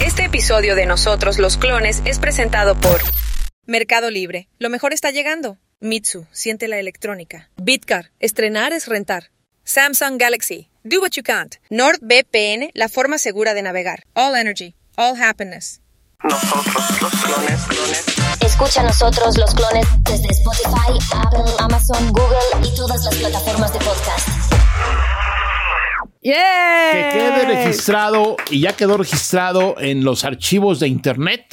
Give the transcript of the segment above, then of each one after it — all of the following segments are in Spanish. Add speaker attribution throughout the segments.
Speaker 1: Este episodio de Nosotros los Clones es presentado por
Speaker 2: Mercado Libre. Lo mejor está llegando. Mitsu, siente la electrónica. Bitcar, estrenar es rentar. Samsung Galaxy, do what you can't. NordVPN, la forma segura de navegar. All Energy, All Happiness.
Speaker 3: Nosotros los clones, clones.
Speaker 4: Escucha a nosotros los clones desde Spotify, Apple, Amazon, Google y todas las plataformas de podcast.
Speaker 5: ¡Yeah!
Speaker 6: Que quede registrado y ya quedó registrado en los archivos de internet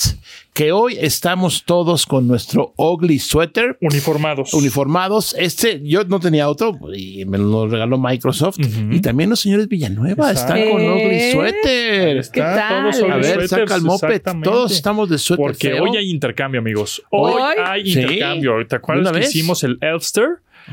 Speaker 6: que hoy estamos todos con nuestro ugly sweater
Speaker 7: Uniformados.
Speaker 6: uniformados. Este yo no tenía otro y me lo regaló Microsoft. Y también los señores Villanueva
Speaker 7: Exacto.
Speaker 6: están con
Speaker 5: ¿Eh?
Speaker 6: ugly sweater.
Speaker 5: ¿Qué tal?
Speaker 7: Todos son
Speaker 6: A
Speaker 7: de
Speaker 6: ver,
Speaker 7: suéteres,
Speaker 6: saca el moped.
Speaker 7: exactamente.
Speaker 6: Todos estamos de suéter.
Speaker 7: Porque
Speaker 6: feo.
Speaker 7: hoy hay intercambio, amigos. Hoy,
Speaker 5: Hoy.
Speaker 7: hay
Speaker 6: Sí.
Speaker 7: intercambio. ¿Te
Speaker 6: ¿De
Speaker 7: acuerdas
Speaker 6: una
Speaker 7: que
Speaker 6: vez?
Speaker 7: hicimos el Elfster?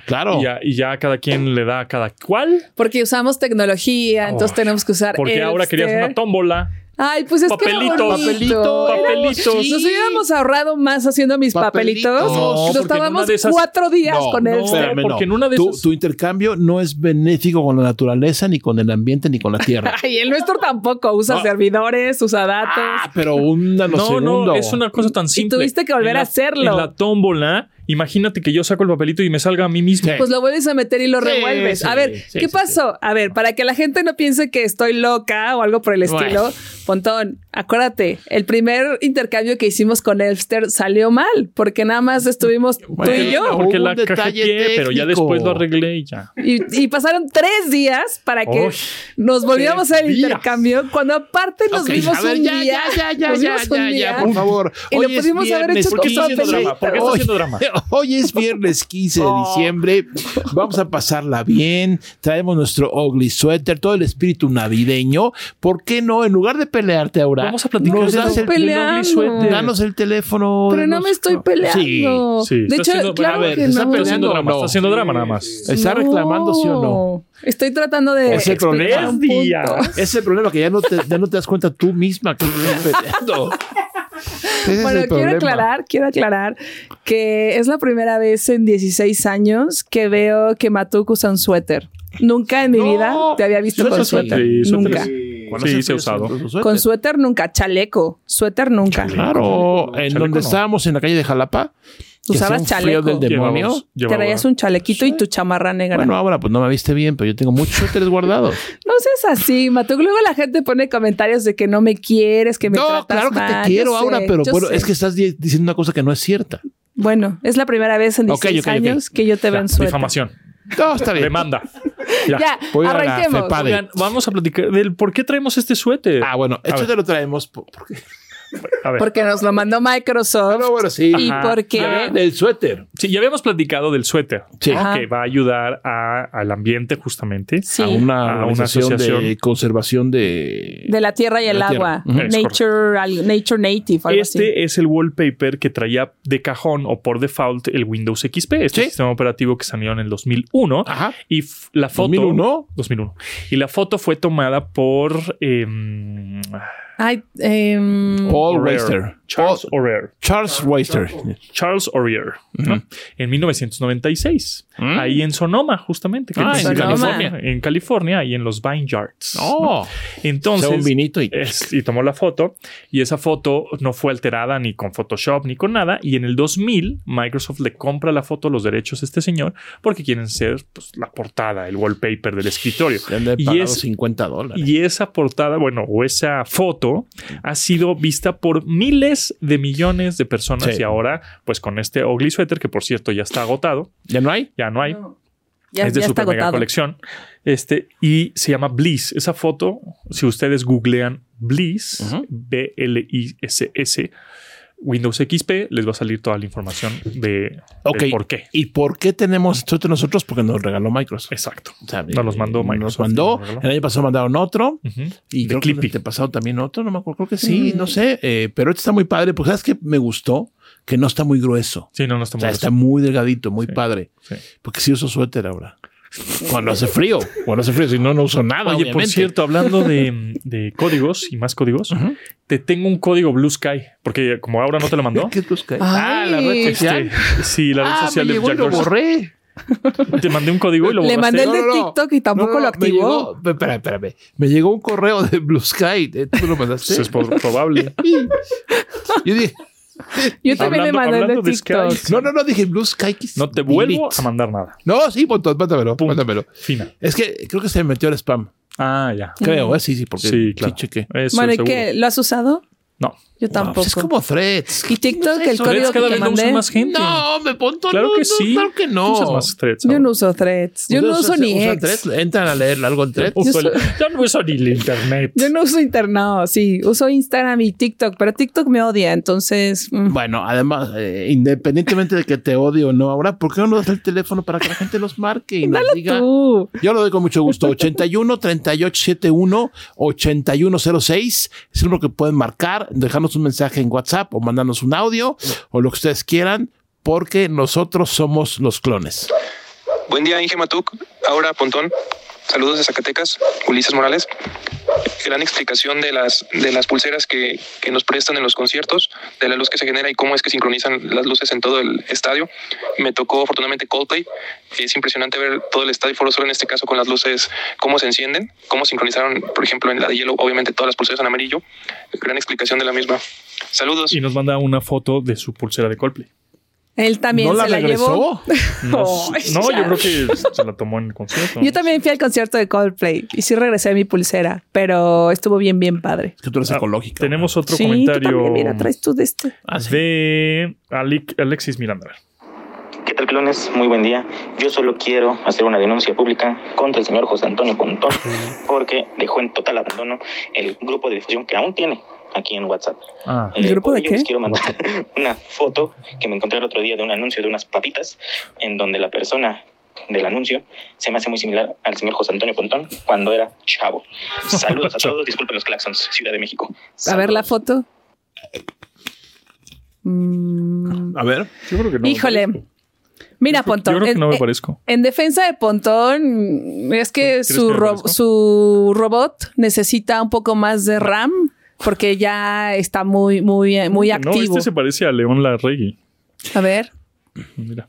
Speaker 6: claro.
Speaker 7: Y, ya, y ya cada quien le da a cada cual.
Speaker 5: Porque usamos tecnología, entonces
Speaker 7: Ay,
Speaker 5: tenemos que usar.
Speaker 7: Porque ahora
Speaker 5: Elster.
Speaker 7: querías una tómbola.
Speaker 5: Ay, pues es
Speaker 7: Papelitos.
Speaker 5: que era bonito.
Speaker 6: Papelitos.
Speaker 5: Era-
Speaker 7: Papelitos.
Speaker 6: Sí.
Speaker 5: Nos hubiéramos ahorrado más haciendo mis
Speaker 6: Papelitos.
Speaker 5: papelitos.
Speaker 6: No,
Speaker 5: Nos
Speaker 7: porque en
Speaker 5: estábamos
Speaker 7: una de esas-
Speaker 5: cuatro días
Speaker 6: No,
Speaker 5: con
Speaker 7: no,
Speaker 5: Elster.
Speaker 6: espérame,
Speaker 7: porque en una de
Speaker 6: tu,
Speaker 7: esas-
Speaker 6: tu intercambio no es benéfico con la naturaleza, ni con el ambiente, ni con la tierra.
Speaker 5: Y el nuestro tampoco. Usa
Speaker 6: No.
Speaker 5: servidores, usa datos.
Speaker 6: Ah, pero un
Speaker 7: No,
Speaker 6: nanosegundo.
Speaker 7: no, es una cosa tan simple.
Speaker 5: tuviste que volver
Speaker 7: En
Speaker 5: a hacerlo.
Speaker 7: En la tómbola, imagínate que yo saco el papelito y me salga a mí mismo.
Speaker 6: Sí.
Speaker 5: pues lo vuelves a meter y lo
Speaker 6: Sí,
Speaker 5: revuelves.
Speaker 6: sí,
Speaker 5: a ver,
Speaker 6: sí,
Speaker 5: ¿qué
Speaker 6: sí,
Speaker 5: pasó? A ver, para que la gente no piense que estoy loca o algo por el
Speaker 6: Bueno.
Speaker 5: estilo, Pontón, acuérdate, el primer intercambio que hicimos con Elfster salió mal, porque nada más estuvimos tú
Speaker 6: Bueno,
Speaker 5: y yo.
Speaker 7: Porque
Speaker 6: Hubo
Speaker 7: la
Speaker 6: un detalle
Speaker 7: cajeteé, pero ya
Speaker 6: técnico.
Speaker 7: después lo arreglé y ya.
Speaker 5: Y, y pasaron tres días para que
Speaker 7: Uy,
Speaker 5: nos volviéramos a hacer el
Speaker 6: días.
Speaker 5: intercambio, cuando aparte nos
Speaker 6: Ok,
Speaker 5: vimos
Speaker 6: a ver,
Speaker 5: un
Speaker 6: ya,
Speaker 5: día.
Speaker 6: Ya, ya,
Speaker 5: nos
Speaker 6: ya,
Speaker 5: vimos un
Speaker 6: ya, ya,
Speaker 5: día.
Speaker 6: ya, por favor.
Speaker 5: Y lo
Speaker 6: Hoy es
Speaker 5: pudimos haber
Speaker 6: viernes,
Speaker 5: hecho
Speaker 6: ¿por qué
Speaker 5: que
Speaker 6: está haciendo
Speaker 5: papelito.
Speaker 6: drama? ¿Por qué
Speaker 7: está
Speaker 6: hoy-
Speaker 7: haciendo drama?
Speaker 6: Hoy es viernes 15 de diciembre. Vamos a pasarla bien. Traemos nuestro ugly sweater, todo el espíritu navideño. ¿Por qué no? En lugar de pelearte ahora,
Speaker 7: Vamos a platicar
Speaker 6: nos
Speaker 7: de
Speaker 6: das
Speaker 7: eso.
Speaker 6: el,
Speaker 7: Del ugly
Speaker 5: peleando.
Speaker 7: suéter.
Speaker 6: danos el teléfono.
Speaker 5: Pero no
Speaker 6: danos-
Speaker 5: me estoy peleando.
Speaker 7: Sí, sí,
Speaker 5: De
Speaker 7: está
Speaker 5: hecho,
Speaker 7: haciendo-
Speaker 5: claro
Speaker 6: a ver,
Speaker 5: que
Speaker 6: está
Speaker 5: no.
Speaker 7: Está haciendo
Speaker 6: peleando,
Speaker 7: drama,
Speaker 6: no.
Speaker 7: está haciendo drama nada más.
Speaker 6: ¿Está reclamando, sí o no?
Speaker 5: Estoy tratando de.
Speaker 6: Es el
Speaker 5: explicar
Speaker 6: problema.
Speaker 5: un
Speaker 7: Tres
Speaker 5: punto.
Speaker 7: días.
Speaker 5: Pues.
Speaker 6: Ese Es el problema que ya no te, ya no te das cuenta tú misma que estás peleando. Ese es
Speaker 5: Bueno, quiero
Speaker 6: el problema.
Speaker 5: aclarar, quiero aclarar que es la primera vez en 16 años que veo que Matuk usa un suéter. Nunca en mi
Speaker 6: No.
Speaker 5: vida te había visto con
Speaker 6: Suéter
Speaker 5: suéter.
Speaker 7: sí, suéter
Speaker 5: nunca.
Speaker 7: sí.
Speaker 6: Cuando
Speaker 7: Sí,
Speaker 6: se
Speaker 7: se ha
Speaker 6: hace
Speaker 7: usado.
Speaker 6: su- su
Speaker 5: Con
Speaker 6: suéter.
Speaker 5: suéter nunca. Chaleco. Suéter nunca.
Speaker 6: Claro, en
Speaker 7: Chaleco
Speaker 6: donde
Speaker 7: no.
Speaker 6: estábamos en la calle de Jalapa, que
Speaker 5: Usabas
Speaker 6: hacía un frío
Speaker 5: chaleco.
Speaker 6: del demonio.
Speaker 5: Traías un chalequito y tu chamarra negra.
Speaker 6: Bueno, ahora pues no me viste bien, pero yo tengo muchos suéteres guardados.
Speaker 5: No seas así, Matuk. Luego la gente pone comentarios de que no me quieres, que me
Speaker 6: no,
Speaker 5: tratas
Speaker 6: claro que te
Speaker 5: mal.
Speaker 6: quiero
Speaker 5: Yo sé,
Speaker 6: ahora, pero
Speaker 5: yo
Speaker 6: bueno,
Speaker 5: sé.
Speaker 6: es que estás di- diciendo una cosa que no es cierta.
Speaker 5: Bueno, es la primera vez en
Speaker 6: Ok,
Speaker 5: 16
Speaker 6: ok, ok.
Speaker 5: años que yo te veo en suéter.
Speaker 7: Difamación.
Speaker 6: No, está bien.
Speaker 7: Demanda.
Speaker 5: Ya,
Speaker 6: Voy a la
Speaker 5: arranquemos.
Speaker 6: FEPADE.
Speaker 7: Oigan, vamos a platicar del por qué traemos este suéter.
Speaker 6: Ah, bueno,
Speaker 7: A
Speaker 6: esto
Speaker 7: ver.
Speaker 6: te lo traemos. po- Porque... ah,
Speaker 7: A ver.
Speaker 5: Porque nos lo mandó Microsoft.
Speaker 6: Bueno, bueno, sí.
Speaker 5: Y
Speaker 7: Ajá.
Speaker 5: porque
Speaker 6: Ah, Del suéter.
Speaker 7: Sí, ya habíamos platicado del suéter,
Speaker 6: Sí.
Speaker 7: ¿no?
Speaker 5: Ajá.
Speaker 7: que va a ayudar a- al ambiente justamente.
Speaker 5: sí,
Speaker 6: A una,
Speaker 7: A una
Speaker 6: organización de
Speaker 7: asociación.
Speaker 6: conservación de...
Speaker 5: de la tierra y
Speaker 6: de
Speaker 5: el
Speaker 6: la tierra.
Speaker 5: agua.
Speaker 6: Ujú.
Speaker 7: Es
Speaker 5: Nature, algo- Nature Native, algo
Speaker 7: Este es el wallpaper que traía de cajón o por default el Windows XP, este
Speaker 6: Sí.
Speaker 7: sistema operativo que salió en el 2001.
Speaker 6: Ajá.
Speaker 7: Y f- la foto.
Speaker 6: 2001.
Speaker 7: 2001. Y la foto fue tomada por. em,
Speaker 5: así. Ay, em,
Speaker 6: Paul
Speaker 7: O'Rear.
Speaker 6: Weister.
Speaker 7: Charles
Speaker 6: Paul-
Speaker 7: O'Rear.
Speaker 6: Charles Weister.
Speaker 7: Charles O'Rear, ¿no? en 1996,
Speaker 6: Mm.
Speaker 7: ahí en Sonoma, justamente, que
Speaker 6: Ah,
Speaker 7: es
Speaker 6: en Oh.
Speaker 7: en
Speaker 5: Sonoma.
Speaker 7: California, en California y en los vineyards. ¿no?
Speaker 6: No.
Speaker 7: Oh, Entonces, eh,
Speaker 6: sea, un vinito y...
Speaker 7: es- y tomó la foto, y esa foto no fue alterada ni con Photoshop ni con nada. Y en el 2000, Microsoft le compra la foto, los derechos a este señor, porque quieren ser pues, la portada, el wallpaper del escritorio.
Speaker 6: Le han de haber
Speaker 7: Y
Speaker 6: pagado
Speaker 7: es-
Speaker 6: 50 dólares.
Speaker 7: Y esa portada, bueno, o esa foto ha sido vista por miles de millones de personas
Speaker 6: Sí.
Speaker 7: y ahora, pues con este ugly sweater, que por cierto ya está agotado,
Speaker 6: ¿Ya no hay?
Speaker 7: ya no hay,
Speaker 5: ya,
Speaker 7: es de
Speaker 5: ya está
Speaker 7: super mega
Speaker 5: agotado.
Speaker 7: colección, este, y se llama Bliss. Esa foto, si ustedes googlean Bliss,
Speaker 6: Ujú.
Speaker 7: B-L-I-S-S, Windows XP, les va a salir toda la información de,
Speaker 6: Ok.
Speaker 7: del por qué.
Speaker 6: ¿Y por qué tenemos esto de nosotros? Porque nos regaló Microsoft.
Speaker 7: Exacto.
Speaker 6: O sea,
Speaker 7: Nos los mandó
Speaker 6: Nos
Speaker 7: Microsoft.
Speaker 6: mandó.
Speaker 7: Nos regaló.
Speaker 6: El año pasado mandaron otro.
Speaker 7: Ujú.
Speaker 6: Y creo
Speaker 7: De
Speaker 6: que el
Speaker 7: Clippy.
Speaker 6: antepasado también otro. No me acuerdo. Creo que sí.
Speaker 7: Mm.
Speaker 6: No sé. eh, pero este está muy padre. Porque sabes que me gustó que no está muy grueso.
Speaker 7: Sí, no, no
Speaker 6: O
Speaker 7: estamos.
Speaker 6: sea, está muy delgadito, muy padre.
Speaker 7: Sí.
Speaker 6: Porque sí uso suéter ahora. Cuando hace frío. Cuando hace frío. Si no, no uso nada.
Speaker 7: Oye, por
Speaker 6: obviamente.
Speaker 7: cierto, hablando de, de códigos y más códigos,
Speaker 6: Ujú.
Speaker 7: te tengo un código Blue Sky, porque como ahora no te lo mandó.
Speaker 6: ¿Qué es tu Skype?
Speaker 5: Ay.
Speaker 6: Ah, la red social.
Speaker 7: este, sí, la red
Speaker 6: Ah,
Speaker 7: social
Speaker 6: me
Speaker 7: de
Speaker 6: llegó y
Speaker 7: Jack
Speaker 6: lo
Speaker 7: Dorsey.
Speaker 6: borré.
Speaker 7: Te mandé un código y lo
Speaker 5: Le
Speaker 7: borraste.
Speaker 5: mandé el de TikTok y tampoco lo
Speaker 6: Me
Speaker 5: activó.
Speaker 6: llegó, espérame, espérame. Me llegó un correo de Blue Sky. ¿eh? ¿Tú lo
Speaker 7: Pues
Speaker 6: mandaste?
Speaker 7: es por- probable.
Speaker 6: Yo dije,
Speaker 5: Yo también
Speaker 7: Hablando-
Speaker 5: le mandé el
Speaker 7: hablando
Speaker 5: de
Speaker 7: de
Speaker 5: TikTok.
Speaker 7: Sky.
Speaker 6: no, no, no, dije Blue Sky. que es
Speaker 7: No te
Speaker 6: delete.
Speaker 7: vuelvo a mandar nada.
Speaker 6: No, sí, montón, mándamelo,
Speaker 7: Punto.
Speaker 6: mándamelo.
Speaker 7: Fina.
Speaker 6: Es que creo que se me metió el spam.
Speaker 7: Ah, ya.
Speaker 6: Creo, ¿eh? Sí, sí, porque
Speaker 7: Sí, claro. Eh,
Speaker 6: chequé.
Speaker 7: Eso
Speaker 5: Bueno, ¿y
Speaker 7: seguro.
Speaker 5: qué? ¿Lo has usado?
Speaker 7: No.
Speaker 5: Yo
Speaker 6: No,
Speaker 5: tampoco.
Speaker 6: pues es como threads.
Speaker 5: Y TikTok, el código
Speaker 6: eso?
Speaker 7: Threads
Speaker 5: que
Speaker 7: cada
Speaker 5: te
Speaker 7: vez lo usa
Speaker 5: mandé.
Speaker 7: más gente.
Speaker 6: No, me ponto
Speaker 7: Claro
Speaker 6: no,
Speaker 7: que
Speaker 6: no,
Speaker 7: sí.
Speaker 6: Claro que
Speaker 7: Tú
Speaker 6: no.
Speaker 7: usas más threads.
Speaker 5: Yo
Speaker 7: ahora.
Speaker 5: no uso threads. Yo no
Speaker 6: ¿Ustedes
Speaker 5: uso
Speaker 6: usan-
Speaker 5: ni
Speaker 6: usan
Speaker 5: ex.
Speaker 6: threads? Entran a leer algo en threads.
Speaker 7: Uso el- yo no uso ni el internet.
Speaker 5: Yo no uso internet, sí. Uso Instagram y TikTok, pero TikTok me odia, entonces... mm.
Speaker 6: Bueno, además, eh, independientemente de que te odie o no ahora, ¿por qué no das el teléfono para que la gente los marque y nos
Speaker 5: Dalo
Speaker 6: diga?
Speaker 5: tú.
Speaker 6: Yo lo doy con mucho gusto. 81 3871 8106 es el número que pueden marcar, dejarnos un mensaje en WhatsApp o mandarnos un audio o lo que ustedes quieran, porque nosotros somos los clones.
Speaker 8: Buen día, Inge Matuk. Ahora Pontón. Saludos de Zacatecas, Ulises Morales. Gran explicación de las, de las pulseras que, que nos prestan en los conciertos, de la luz que se genera y cómo es que sincronizan las luces en todo el estadio. Me tocó afortunadamente Coldplay. Es impresionante ver todo el estadio Foro Sol en este caso con las luces, cómo se encienden, cómo sincronizaron, por ejemplo, en la de hielo, obviamente todas las pulseras en amarillo. Gran explicación de la misma. Saludos.
Speaker 7: Y nos manda una foto de su pulsera de Coldplay.
Speaker 5: Él también
Speaker 6: ¿No la
Speaker 5: se la llevó.
Speaker 6: regresó?
Speaker 7: No,
Speaker 5: Ay,
Speaker 7: no,
Speaker 5: ya.
Speaker 7: yo creo que se la tomó en el concierto.
Speaker 5: Yo también fui al concierto de Coldplay y sí regresé mi pulsera, pero estuvo bien, bien padre.
Speaker 6: Es que tú eres
Speaker 7: Ah,
Speaker 6: ecológica. Eh,
Speaker 7: Tenemos otro
Speaker 5: sí,
Speaker 7: comentario
Speaker 5: tú también, mira, traes tú de este.
Speaker 7: de Alec- Alexis Miranda.
Speaker 9: ¿Qué tal, clones? Muy buen día. Yo solo quiero hacer una denuncia pública contra el señor José Antonio Pontón porque dejó en total abandono el grupo de difusión que aún tiene aquí en WhatsApp. Eh,
Speaker 7: Ah,
Speaker 5: ¿El grupo
Speaker 9: por
Speaker 5: de
Speaker 9: ello
Speaker 5: qué?
Speaker 9: Les quiero mandar una foto que me encontré el otro día de un anuncio de unas papitas en donde la persona del anuncio se me hace muy similar al señor José Antonio Pontón cuando era chavo. Saludos a todos, disculpen los claxons, Ciudad de México.
Speaker 5: A ver la
Speaker 9: Saludos.
Speaker 5: foto. Mm,
Speaker 6: A ver.
Speaker 7: yo creo que no.
Speaker 5: Híjole. Mira, Pontón. eh,
Speaker 7: Yo creo que
Speaker 5: en-
Speaker 7: no me
Speaker 5: en-
Speaker 7: parezco.
Speaker 5: En defensa de Pontón, es que
Speaker 7: ¿Quieres
Speaker 5: su,
Speaker 7: que me
Speaker 5: ro-
Speaker 7: aparezca?
Speaker 5: su robot necesita un poco más de RAM porque ya está muy, muy, muy
Speaker 7: No,
Speaker 5: activo.
Speaker 7: este se parece a León Larregui.
Speaker 5: A ver,
Speaker 7: Mira.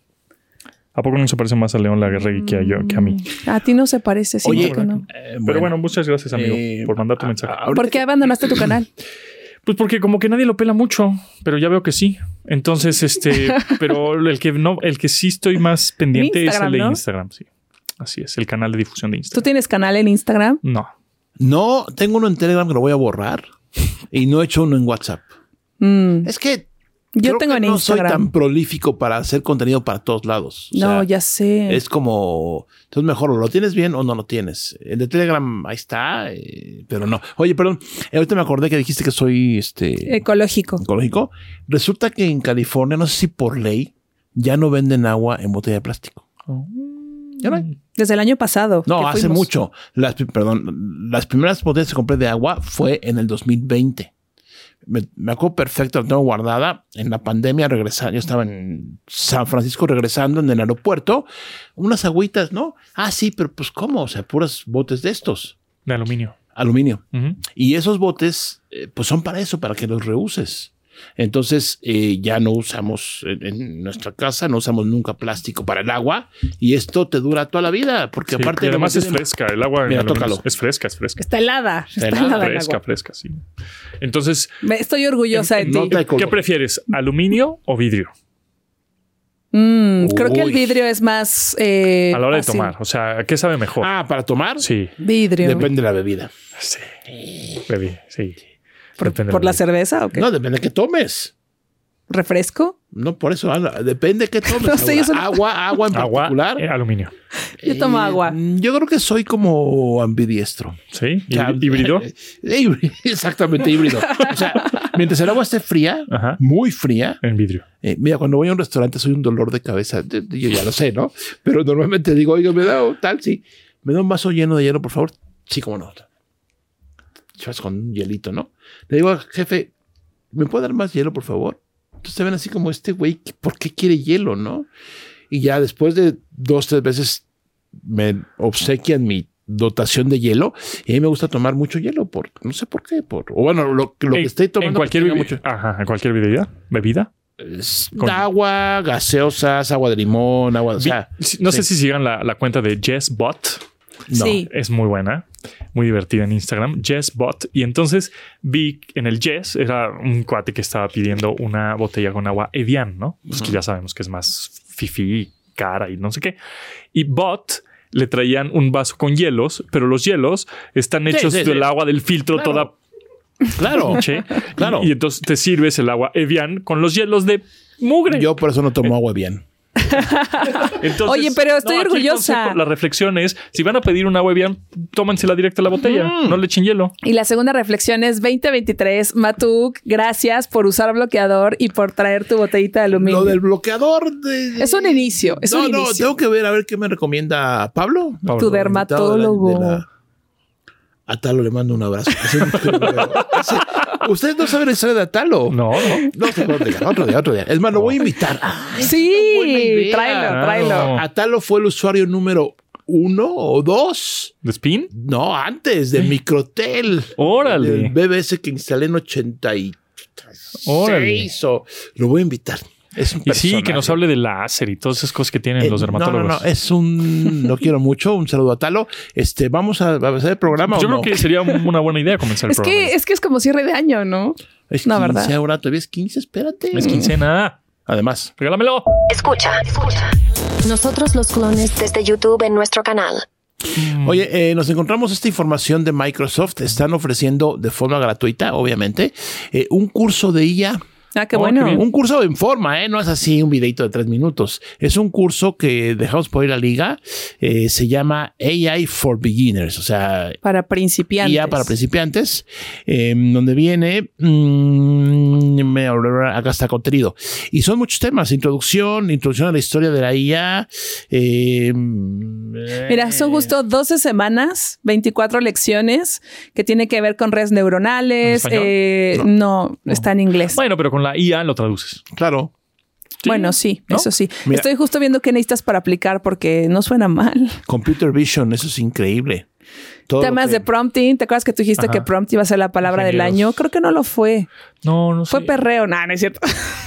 Speaker 7: ¿A poco no se parece más a León Larregui que a, yo, que a mí?
Speaker 5: a ti no se parece, sí,
Speaker 6: Oye,
Speaker 5: ¿por qué no?
Speaker 6: eh,
Speaker 7: Pero bueno, muchas gracias, amigo,
Speaker 6: eh,
Speaker 7: por mandar tu
Speaker 6: a-
Speaker 7: mensaje.
Speaker 6: ahorita-
Speaker 5: ¿Por qué abandonaste tu canal?
Speaker 7: Pues porque como que nadie lo pela mucho, pero ya veo que sí. Entonces, este, pero el que no, el que sí estoy más pendiente es el
Speaker 5: Instagram,
Speaker 7: de
Speaker 5: ¿no?
Speaker 7: Instagram, sí. Así es, el canal de difusión de
Speaker 5: ¿Tú
Speaker 7: Instagram.
Speaker 5: tienes canal en Instagram?
Speaker 7: No.
Speaker 6: No, tengo uno en Telegram que lo voy a borrar y no he hecho uno en WhatsApp.
Speaker 5: Mm,
Speaker 6: Es que
Speaker 5: Yo
Speaker 6: creo
Speaker 5: tengo
Speaker 6: que
Speaker 5: en
Speaker 6: no soy
Speaker 5: Instagram.
Speaker 6: tan prolífico para hacer contenido para todos lados. O
Speaker 5: no,
Speaker 6: sea,
Speaker 5: ya sé.
Speaker 6: Es como, entonces mejor o lo tienes bien o no lo tienes. El de Telegram ahí está, eh, pero no. Oye, perdón, eh, ahorita me acordé que dijiste que soy este
Speaker 5: Ecológico.
Speaker 6: ecológico. Resulta que en California, no sé si por ley, ya no venden agua en botella de plástico. Ya no hay.
Speaker 5: Desde el año pasado. que
Speaker 6: No, hace
Speaker 5: fuimos.
Speaker 6: mucho. Las, pri- perdón, las primeras botellas que compré de agua fue en el 2020. Me, me acuerdo perfecto, la tengo guardada. En la pandemia regresa, yo estaba en San Francisco regresando en el aeropuerto. Unas agüitas, ¿no? Ah, sí, pero pues ¿cómo? O sea, puros botes de estos.
Speaker 7: De aluminio.
Speaker 6: Aluminio.
Speaker 7: Ujú.
Speaker 6: Y esos botes, eh, pues son para eso, para que los reuses. Entonces, eh, ya no usamos en, en nuestra casa, no usamos nunca plástico para el agua. Y esto te dura toda la vida, porque
Speaker 7: Sí,
Speaker 6: aparte...
Speaker 7: y
Speaker 6: lo
Speaker 7: además es
Speaker 6: mantienen-
Speaker 7: fresca, el agua en
Speaker 6: Mira,
Speaker 7: aluminio
Speaker 6: tócalo.
Speaker 7: es fresca, es fresca.
Speaker 5: Está helada. Está
Speaker 6: Está
Speaker 5: helada el
Speaker 7: Fresca,
Speaker 5: agua.
Speaker 7: fresca, sí. Entonces,
Speaker 5: Me- Estoy orgullosa de ti.
Speaker 6: No te
Speaker 7: ¿qué
Speaker 6: color.
Speaker 7: prefieres? ¿Aluminio o vidrio?
Speaker 5: Mm, creo que el
Speaker 6: Uy.
Speaker 5: vidrio es más. eh,
Speaker 7: A la hora de
Speaker 5: fácil.
Speaker 7: tomar. O sea, ¿qué sabe mejor?
Speaker 6: Ah, ¿para tomar?
Speaker 7: Sí,
Speaker 5: Vidrio.
Speaker 6: Depende de la bebida.
Speaker 7: sí. Bebí, sí.
Speaker 5: ¿Por,
Speaker 7: Depende
Speaker 5: por
Speaker 7: de
Speaker 5: la
Speaker 7: bebida.
Speaker 5: cerveza o qué?
Speaker 6: No, depende de que tomes.
Speaker 5: ¿Refresco?
Speaker 6: No, por eso habla. Depende de que tomes.
Speaker 5: No sé, yo solo-
Speaker 6: agua, agua en
Speaker 7: Agua,
Speaker 6: particular.
Speaker 7: eh, aluminio.
Speaker 5: Yo tomo
Speaker 6: Eh,
Speaker 5: agua.
Speaker 6: Yo creo que soy como ambidiestro.
Speaker 7: Sí,
Speaker 6: O sea,
Speaker 7: híbri- híbrido.
Speaker 6: Eh, híbrido, Exactamente, híbrido. O sea, mientras el agua esté fría,
Speaker 7: Ajá.
Speaker 6: muy fría.
Speaker 7: En vidrio.
Speaker 6: eh, mira, cuando voy a un restaurante soy un dolor de cabeza. De- de- Yo ya lo sé, ¿no? Pero normalmente digo, oiga, me da un tal, sí. Me da un vaso lleno de hielo, por favor. Sí, como no. Chivas con un hielito, ¿no? Le digo, jefe, ¿me puede dar más hielo, por favor? Entonces te ven así como este güey, ¿por qué quiere hielo, no? Y ya después de dos, tres veces me obsequian mi dotación de hielo y a mí me gusta tomar mucho hielo por no sé por qué por o bueno lo, lo que
Speaker 7: En-
Speaker 6: estoy tomando
Speaker 7: en cualquier
Speaker 6: pues, tenga
Speaker 7: bebida. Ajá, en cualquier bebida. Bebida.
Speaker 6: Es
Speaker 7: Con-
Speaker 6: agua, gaseosas, agua de limón, agua de... O
Speaker 7: Vi-
Speaker 6: sea,
Speaker 7: no sé
Speaker 6: sí.
Speaker 7: si sigan la, la cuenta de JessBot.
Speaker 6: no.
Speaker 5: Sí.
Speaker 7: Es muy buena, muy divertida en Instagram, JessBot. Y entonces vi en el Jess, era un cuate que estaba pidiendo una botella con agua Evian, ¿no? Pues que ya sabemos que es más fifi y cara y no sé qué. Y Bot le traían un vaso con hielos, pero los hielos están
Speaker 6: Sí,
Speaker 7: hechos
Speaker 6: sí, sí.
Speaker 7: del agua del filtro
Speaker 6: Claro.
Speaker 7: toda
Speaker 6: Claro,
Speaker 7: pinche.
Speaker 6: claro.
Speaker 7: Y, y entonces te sirves el agua Evian con los hielos de mugre.
Speaker 6: Yo por eso no tomo agua bien.
Speaker 7: Entonces,
Speaker 5: Oye, pero estoy
Speaker 7: aquí el
Speaker 5: orgullosa.
Speaker 7: consejo, la reflexión es, si van a pedir una Evian, tómensela directa a la botella,
Speaker 6: Mm.
Speaker 7: no le echen hielo.
Speaker 5: Y la segunda reflexión es 2023, Matuk, gracias por usar bloqueador y por traer tu botellita de aluminio.
Speaker 6: Lo del bloqueador de-
Speaker 5: Es un inicio, es
Speaker 6: no,
Speaker 5: un
Speaker 6: no,
Speaker 5: inicio.
Speaker 6: tengo que ver a ver qué me recomienda Pablo.
Speaker 7: Pablo.
Speaker 5: tu dermatólogo.
Speaker 6: De la- de la- a Talo le mando un abrazo. Ese es mi primero. Ese- Ustedes no saben la historia de Atalo.
Speaker 7: No, no.
Speaker 6: No, otro día, otro día, otro día. Es más, lo voy a invitar. buena
Speaker 5: Ah, sí,
Speaker 6: idea.
Speaker 5: Ah, tráelo, tráelo.
Speaker 7: Claro.
Speaker 6: Atalo fue el usuario número uno o dos.
Speaker 7: ¿De spin?
Speaker 6: No, antes de Microtel.
Speaker 7: Órale.
Speaker 6: El BBS que instalé en 86.
Speaker 7: Órale.
Speaker 6: o- lo voy a invitar. Es un
Speaker 7: Y sí, que
Speaker 6: personaje.
Speaker 7: nos hable de láser y todas esas cosas que tienen
Speaker 6: Eh,
Speaker 7: los dermatólogos.
Speaker 6: No, no, no, es un. Lo quiero mucho. Un saludo a Talo. Este, vamos a, a hacer el programa.
Speaker 7: Pues Yo
Speaker 6: o no?
Speaker 7: creo que sería un- una buena idea comenzar el
Speaker 5: Es
Speaker 7: programa.
Speaker 5: que, es que es como cierre de año, ¿no?
Speaker 6: Es
Speaker 5: No,
Speaker 6: 15
Speaker 5: ¿verdad?
Speaker 6: ahora, todavía es 15, espérate.
Speaker 7: Es quincena.
Speaker 6: Además,
Speaker 7: Regálamelo.
Speaker 4: Escucha, escucha. Nosotros los clones desde YouTube en nuestro canal.
Speaker 7: Mm.
Speaker 6: oye, eh, nos encontramos esta información de Microsoft. Están ofreciendo de forma gratuita, obviamente, eh, un curso de IA.
Speaker 5: Ah, qué
Speaker 7: Oh,
Speaker 5: bueno.
Speaker 7: qué bien.
Speaker 6: Un curso en forma, ¿eh? No es así un videito de tres minutos. Es un curso que dejamos por ir a la liga. eh, se llama AI for Beginners, o sea,
Speaker 5: Para principiantes.
Speaker 6: IA para principiantes, eh, donde viene, mm, me- acá está contenido. Y son muchos temas, introducción, introducción a la historia de la IA. eh,
Speaker 5: Mira, son justo 12 semanas, 24 lecciones que tiene que ver con redes neuronales.
Speaker 7: ¿En español?
Speaker 5: eh, no, está en inglés.
Speaker 7: Bueno, pero con la IA lo traduces.
Speaker 6: Claro.
Speaker 5: Bueno, sí,
Speaker 7: ¿No?
Speaker 5: eso sí.
Speaker 6: Mira.
Speaker 5: Estoy justo viendo qué necesitas para aplicar porque no suena mal.
Speaker 6: Computer Vision, eso es increíble. Todo lo
Speaker 5: Temas
Speaker 6: que-
Speaker 5: de prompting. ¿Te acuerdas que tú dijiste
Speaker 7: Ajá.
Speaker 5: que prompt iba a ser la palabra del
Speaker 7: Ingenieros.
Speaker 5: año? Creo que no lo fue.
Speaker 7: No, no sé.
Speaker 5: Fue perreo. Nah, no es cierto.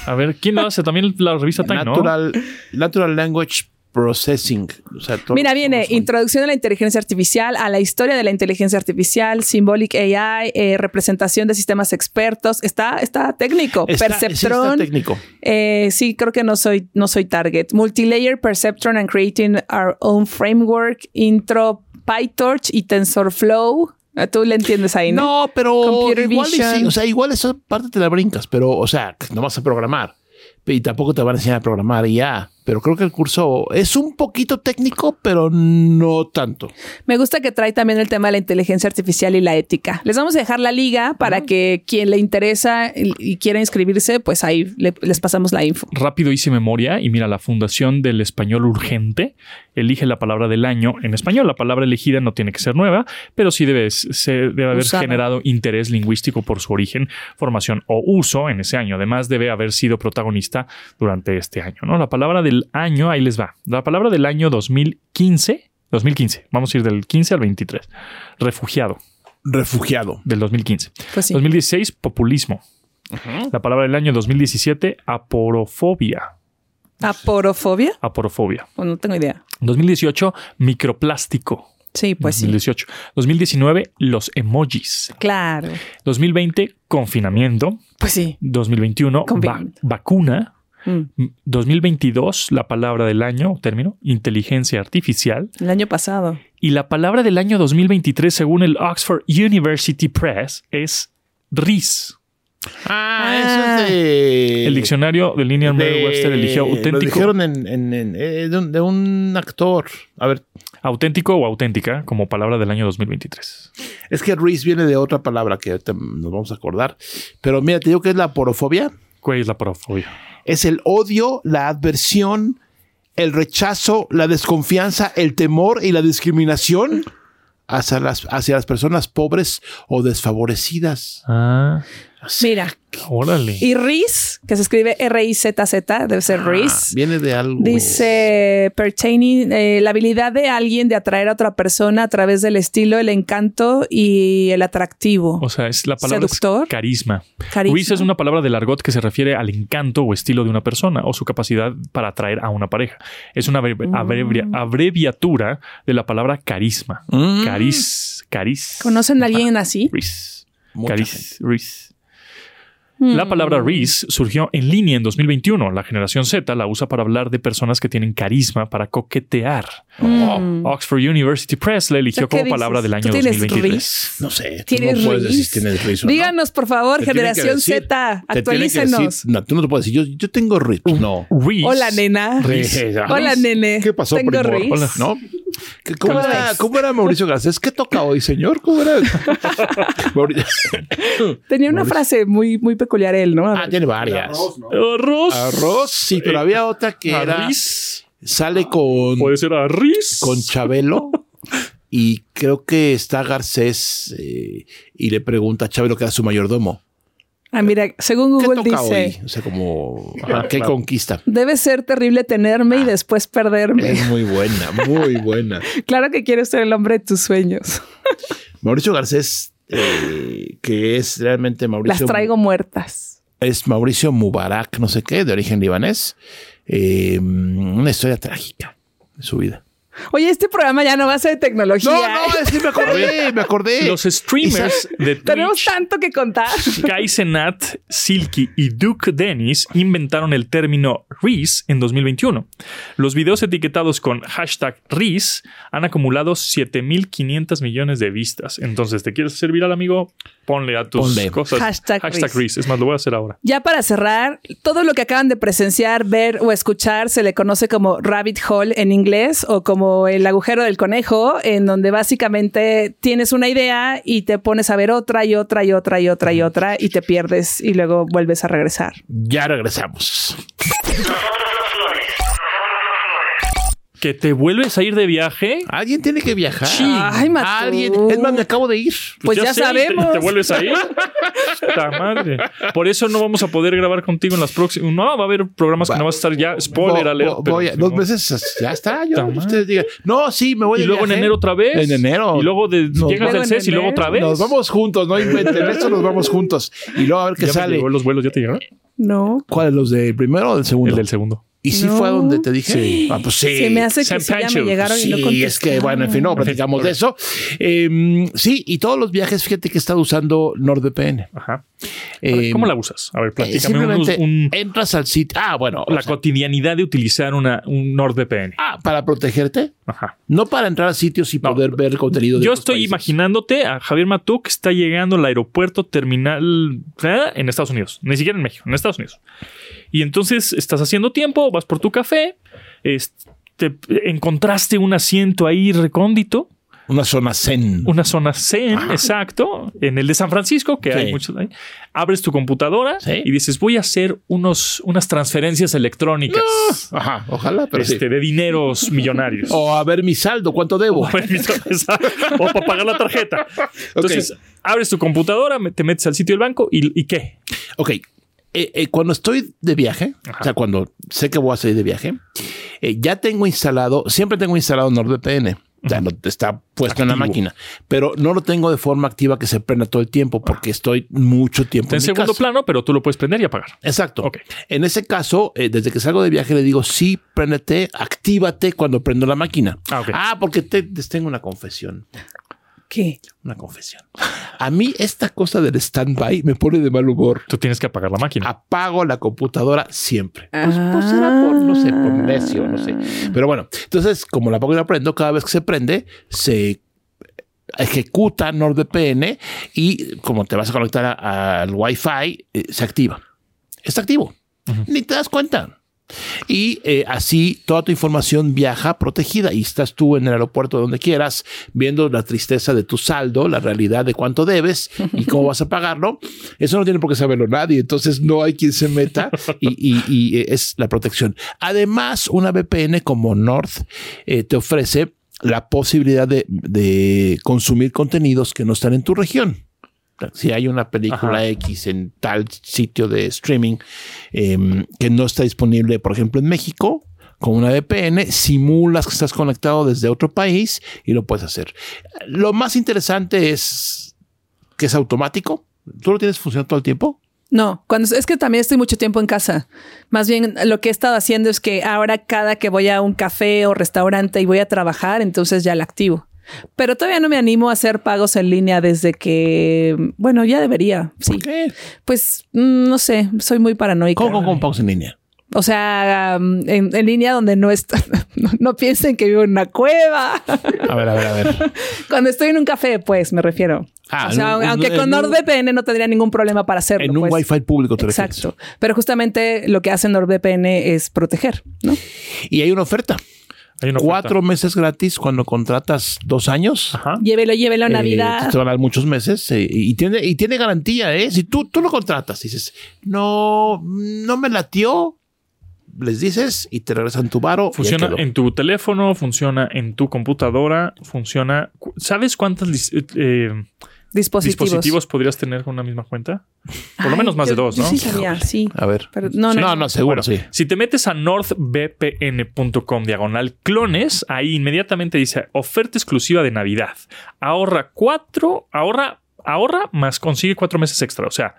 Speaker 7: A ver, ¿quién lo hace? También la revista Time, ¿no?
Speaker 6: Natural, Natural Language Processing. O sea, todo-
Speaker 5: Mira, viene introducción a la inteligencia artificial, a la historia de la inteligencia artificial, symbolic AI, eh, representación de sistemas expertos. Está, está técnico.
Speaker 6: Está- sí, está
Speaker 5: Perceptron.
Speaker 6: técnico.
Speaker 5: Eh, sí, creo que no soy, no soy target. Multilayer Perceptron and Creating Our Own Framework, Intro, PyTorch y TensorFlow. Eh, Tú le entiendes ahí, ¿no?
Speaker 6: No, pero
Speaker 5: Computer
Speaker 6: igual, y sí,
Speaker 5: vision.
Speaker 6: o sea, igual esa parte te la brincas, pero, o sea, no vas a programar. Y tampoco te van a enseñar a programar y ya. Pero creo que el curso es un poquito técnico, pero no tanto.
Speaker 5: Me gusta que trae también el tema de la inteligencia artificial y la ética. Les vamos a dejar la liga para que quien le interesa y y quiera inscribirse, pues ahí le- les pasamos la info.
Speaker 7: rápido hice memoria y mira, la Fundación del Español Urgente elige la palabra del año en español. La palabra elegida no tiene que ser nueva, pero sí debe, s- se debe haber
Speaker 5: Usada.
Speaker 7: generado interés lingüístico por su origen, formación o uso en ese año. Además, debe haber sido protagonista durante este año. ¿no? La palabra del año, ahí les va. La palabra del año 2015. 2015, vamos a ir del 15 al 23. Refugiado
Speaker 6: Refugiado.
Speaker 7: del 2015.
Speaker 5: Pues sí.
Speaker 7: 2016, populismo. La palabra del año 2017, aporofobia.
Speaker 5: ¿Aporofobia?
Speaker 7: Aporofobia.
Speaker 5: O no tengo idea.
Speaker 7: 2018, microplástico.
Speaker 5: Sí, pues sí.
Speaker 7: 2018. 2019, los emojis.
Speaker 5: Claro.
Speaker 7: 2020, confinamiento.
Speaker 5: Pues sí.
Speaker 7: 2021,
Speaker 5: Confinamiento.
Speaker 7: va- vacuna.
Speaker 5: Mm.
Speaker 7: M- 2022, la palabra del año, término, inteligencia artificial.
Speaker 5: El año pasado.
Speaker 7: Y la palabra del año 2023, según el Oxford University Press, es RIS.
Speaker 6: Ah,
Speaker 5: Ah.
Speaker 6: eso es de.
Speaker 7: El diccionario de Linear Merriam Webster eligió
Speaker 6: Lo
Speaker 7: auténtico,
Speaker 6: dijeron en, en- en- eh, de, un, de un actor. A ver,
Speaker 7: auténtico o auténtica como palabra del año 2023.
Speaker 6: es que Reese viene de otra palabra que ahorita nos vamos a acordar. Pero mira, te digo que es la porofobia.
Speaker 7: ¿Cuál es la porofobia?
Speaker 6: es el odio, la adversión, el rechazo, la desconfianza, el temor y la discriminación hacia las, hacia las personas pobres o desfavorecidas.
Speaker 7: Ah,
Speaker 5: Mira.
Speaker 7: Órale.
Speaker 5: Y Riz, que se escribe R-I-Z-Z, debe ser
Speaker 7: Ah,
Speaker 5: Riz.
Speaker 6: Ah, Viene de algo.
Speaker 7: pues.
Speaker 5: Dice pertaining eh, la habilidad de alguien de atraer a otra persona a través del estilo, el encanto y el atractivo.
Speaker 7: O sea, es la palabra es
Speaker 5: Seductor.
Speaker 7: carisma.
Speaker 5: Carisma.
Speaker 7: Riz es una palabra del argot que se refiere al encanto o estilo de una persona o su capacidad para atraer a una pareja. Es una
Speaker 5: Mm.
Speaker 7: abrevi- abrevia- abreviatura de la palabra carisma.
Speaker 6: Mm.
Speaker 7: Cariz, cariz.
Speaker 5: ¿Conocen a alguien así?
Speaker 7: Riz.
Speaker 6: Mucha gente.
Speaker 7: Cariz, Riz.
Speaker 5: Mm.
Speaker 7: La palabra Riz surgió en línea en 2021. La generación Z la usa para hablar de personas que tienen carisma para coquetear. Oxford University Press la eligió
Speaker 5: ¿Tú Mm. qué
Speaker 7: como palabra
Speaker 5: dices?
Speaker 7: del año
Speaker 5: ¿Tú tienes
Speaker 7: 2023.
Speaker 5: Riz?
Speaker 6: No sé. Tú
Speaker 5: ¿Tienes
Speaker 6: no puedes
Speaker 5: Riz?
Speaker 6: decir si tienes Riz o no.
Speaker 5: Díganos, por favor,
Speaker 6: Te tienen que
Speaker 5: generación
Speaker 6: decir-
Speaker 5: Z,
Speaker 6: te tienen que decir-
Speaker 5: actualícenos.
Speaker 6: No, tú no te puedes decir, yo, yo tengo Riz. No.
Speaker 7: Riz.
Speaker 5: Hola, nena.
Speaker 6: Riz.
Speaker 5: Hola, nene.
Speaker 6: ¿Qué pasó,
Speaker 5: Tengo
Speaker 6: primor?
Speaker 5: Riz.
Speaker 6: Hola. ¿No? ¿Qué- ¿Cómo,
Speaker 5: ¿Cómo
Speaker 6: era,
Speaker 5: ves?
Speaker 6: ¿Cómo era Mauricio Garcés? ¿Qué toca hoy, señor? ¿Cómo era? Mauricio-
Speaker 5: Tenía una frase muy, muy peculiar él, ¿no?
Speaker 6: ah, tiene varias.
Speaker 7: Arroz.
Speaker 6: Arroz, sí, pero había otra que era.
Speaker 7: Arris.
Speaker 6: Sale con,
Speaker 7: Puede ser Arris.
Speaker 6: con Chabelo. Y creo que está Garcés eh, y le pregunta a Chabelo que era su mayordomo.
Speaker 5: Ah, mira, según
Speaker 6: ¿Qué
Speaker 5: Google
Speaker 6: toca
Speaker 5: dice,
Speaker 6: hoy? O sea, como ajá, ¿qué
Speaker 7: Claro.
Speaker 6: conquista?
Speaker 5: debe ser terrible tenerme
Speaker 6: Ah.
Speaker 5: y después perderme.
Speaker 6: Es muy buena, muy buena.
Speaker 5: Claro que quiero ser el hombre de tus sueños.
Speaker 6: Mauricio Garcés, eh, que es realmente Mauricio.
Speaker 5: Las traigo muertas.
Speaker 6: Es Mauricio Mubarak, no sé qué, de origen libanés. Eh, una historia trágica de su vida.
Speaker 5: Oye, este programa ya no va a ser de tecnología. ¿eh?
Speaker 6: sí, me acordé, me acordé.
Speaker 7: Los streamers de
Speaker 5: Tenemos
Speaker 7: Twitch,
Speaker 5: tanto que contar.
Speaker 7: Kai Cenat, Silky y Duke Dennis inventaron el término Riz en 2021. Los videos etiquetados con hashtag Riz han acumulado 7.500 millones de vistas. Entonces, ¿te quieres servir al amigo? Ponle a tus
Speaker 6: Ponle.
Speaker 7: cosas
Speaker 5: Hashtag Riz.
Speaker 7: Riz. Es más, lo voy a hacer ahora.
Speaker 5: Ya para cerrar, todo lo que acaban de presenciar, ver o escuchar se le conoce como rabbit hole en inglés o como el agujero del conejo, en donde básicamente tienes una idea y te pones a ver otra y otra y otra y otra y otra y te pierdes y luego vuelves a regresar.
Speaker 6: Ya regresamos.
Speaker 7: ¿Que te vuelves a ir de viaje?
Speaker 6: Alguien tiene que viajar.
Speaker 7: Sí.
Speaker 5: Ay, Matú.
Speaker 6: Alguien. Es más, me acabo de ir.
Speaker 5: Pues ya
Speaker 7: sé, y te-
Speaker 5: sabemos.
Speaker 7: y Te, vuelves ahí. Puta madre. Por eso no vamos a poder grabar contigo en las próximas. No, va a haber programas que
Speaker 6: Va-
Speaker 7: no vas a estar ya. Spoiler
Speaker 6: Vo-
Speaker 7: alert.
Speaker 6: vo-
Speaker 7: pero
Speaker 6: voy a-
Speaker 7: si
Speaker 6: dos
Speaker 7: no-
Speaker 6: meses, ya está. Yo,
Speaker 7: Tamar.
Speaker 6: ustedes digan, no, sí, me voy
Speaker 7: Y
Speaker 6: de
Speaker 7: luego en
Speaker 6: viaje.
Speaker 7: enero otra vez.
Speaker 6: En enero.
Speaker 7: Y luego de-
Speaker 6: Nos
Speaker 7: llegas
Speaker 5: vemos
Speaker 7: al
Speaker 5: en
Speaker 7: CES y luego
Speaker 5: enero.
Speaker 7: otra vez.
Speaker 6: Nos vamos juntos, no inventen. Esto nos vamos juntos. Y luego a ver qué
Speaker 7: Ya me
Speaker 6: sale.
Speaker 7: llegó los vuelos, ya te llegaron.
Speaker 5: No.
Speaker 6: ¿Cuál? ¿Los del primero o del segundo?
Speaker 7: El del segundo.
Speaker 6: ¿Y si
Speaker 5: No.
Speaker 6: fue a donde te dije?
Speaker 7: Sí.
Speaker 6: Ah, pues sí.
Speaker 5: Se me hace que
Speaker 7: San
Speaker 5: sí, ya me
Speaker 7: Pancho.
Speaker 5: llegaron y no
Speaker 6: Sí,
Speaker 5: contestaron.
Speaker 6: es que bueno, en fin, no platicamos de eso. Eh, sí, y todos los viajes, fíjate que he estado usando NordVPN.
Speaker 7: Ajá.
Speaker 6: Eh,
Speaker 7: ¿Cómo la usas? A ver,
Speaker 6: eh,
Speaker 7: platícame un,
Speaker 6: simplemente
Speaker 7: un-
Speaker 6: entras al sitio. Ah, bueno,
Speaker 7: la
Speaker 6: o sea,
Speaker 7: cotidianidad de utilizar una, un NordVPN.
Speaker 6: ah, para protegerte,
Speaker 7: Ajá.
Speaker 6: no para entrar a sitios y
Speaker 7: No.
Speaker 6: poder ver contenido. De
Speaker 7: Yo
Speaker 6: otros
Speaker 7: estoy
Speaker 6: países.
Speaker 7: imaginándote a Javier Matú que está llegando al aeropuerto terminal ¿eh? en Estados Unidos, ni siquiera en México, en Estados Unidos. Y entonces estás haciendo tiempo, vas por tu café, es- te encontraste un asiento ahí recóndito,
Speaker 6: Una zona zen.
Speaker 7: una zona zen, exacto, en el de San Francisco, que
Speaker 6: Sí.
Speaker 7: hay muchos ahí. Abres tu computadora
Speaker 6: Sí.
Speaker 7: y dices, voy a hacer unos, unas transferencias electrónicas
Speaker 6: Ajá, ojalá, pero
Speaker 7: este,
Speaker 6: sí.
Speaker 7: de dineros millonarios.
Speaker 6: O a ver mi saldo, ¿cuánto debo?
Speaker 7: o permiso de esa- o para pagar la tarjeta. Entonces, abres tu computadora, me- te metes al sitio del banco y, ¿y qué?
Speaker 6: Ok. Eh, eh, cuando estoy de viaje,
Speaker 7: Ajá.
Speaker 6: o sea, cuando sé que voy a salir de viaje, eh, ya tengo instalado, siempre tengo instalado NordVPN. O sea, no- está puesto en la
Speaker 7: Activo.
Speaker 6: máquina, pero no lo tengo de forma activa que se prenda todo el tiempo porque estoy mucho tiempo
Speaker 7: Está en
Speaker 6: mi
Speaker 7: segundo
Speaker 6: casa.
Speaker 7: plano, pero tú lo puedes prender y apagar.
Speaker 6: Exacto.
Speaker 7: Ok.
Speaker 6: En ese caso, eh, desde que salgo de viaje le digo, sí, préndete, actívate cuando prendo la máquina.
Speaker 7: Ah, ok.
Speaker 6: porque te, les tengo una confesión.
Speaker 5: ¿Qué?
Speaker 6: Una confesión. A mí esta cosa del stand-by me pone de mal humor
Speaker 7: Tú tienes que apagar la
Speaker 6: Ah,
Speaker 7: máquina.
Speaker 6: apago la computadora siempre. Pues, pues era por, no sé, por necio, no sé. Pero bueno, entonces, como la apago y la prendo, cada vez que se prende, se ejecuta NordVPN y como te vas a conectar a- al Wi-Fi, eh, se activa. Está activo. Ni te das cuenta. Y eh, así toda tu información viaja protegida y estás tú en el aeropuerto donde quieras, viendo la tristeza de tu saldo, la realidad de cuánto debes y cómo vas a pagarlo. Eso no tiene por qué saberlo nadie, entonces no hay quien se meta y, y- y, eh, es la protección. Además, una VPN como North eh, te ofrece la posibilidad de, de consumir contenidos que no están en tu región. si hay una película
Speaker 7: Ajá.
Speaker 6: X en tal sitio de streaming em, que no está disponible, por ejemplo, en México, con una VPN, simulas que estás conectado desde otro país y lo puedes hacer. Lo más interesante es que es automático. ¿Tú lo tienes funcionando todo el tiempo?
Speaker 5: No, cuando es que también estoy mucho tiempo en casa. Más bien lo que he estado haciendo es que ahora cada que voy a un café o restaurante y voy a trabajar, entonces ya la activo. Pero todavía no me animo a hacer pagos en línea desde que, bueno, ya debería. Sí.
Speaker 6: ¿Por qué?
Speaker 5: Pues mm, no sé, soy muy paranoica.
Speaker 6: ¿Cómo, cómo, cómo pagos en línea?
Speaker 5: O sea, um, en, en línea donde no está, no, no piensen que vivo en una cueva.
Speaker 6: A ver, a ver, a ver.
Speaker 5: Cuando estoy en un café, pues me refiero.
Speaker 6: Ah,
Speaker 5: o sea,
Speaker 6: en un-
Speaker 5: aunque
Speaker 6: en
Speaker 5: con
Speaker 6: un-
Speaker 5: NordVPN no tendría ningún problema para hacerlo.
Speaker 6: En un
Speaker 5: pues.
Speaker 6: Wi-Fi público te refieres.
Speaker 5: Exacto. Pero justamente lo que hace NordVPN es proteger, ¿no?
Speaker 6: Y hay una oferta.
Speaker 7: Hay una oferta.
Speaker 6: Cuatro meses gratis cuando contratas dos años.
Speaker 7: Ajá.
Speaker 5: Llévelo, llévelo a
Speaker 6: Eh,
Speaker 5: Navidad.
Speaker 6: te van a dar muchos meses eh, y tiene, y tiene garantía, ¿eh? Si tú, tú lo contratas, dices, no, no me latió, les dices y te regresan tu varo. y ahí
Speaker 7: Funciona
Speaker 6: quedó.
Speaker 7: en tu teléfono, funciona en tu computadora, funciona. cu- ¿Sabes cuántas lis- eh, eh,
Speaker 5: dispositivos.
Speaker 7: dispositivos podrías tener con una misma cuenta? Por lo
Speaker 5: Ay,
Speaker 7: menos más
Speaker 5: yo-
Speaker 7: de dos,
Speaker 5: yo
Speaker 7: ¿no?
Speaker 5: Sí, sabía, sí.
Speaker 6: A ver.
Speaker 5: Pero no, no.
Speaker 6: no, seguro,
Speaker 7: Bueno,
Speaker 6: sí.
Speaker 7: Si te metes a northvpn.com diagonal clones, ahí inmediatamente dice oferta exclusiva de Navidad. Ahorra cuatro, ahorra, ahorra más consigue cuatro meses extra. O sea,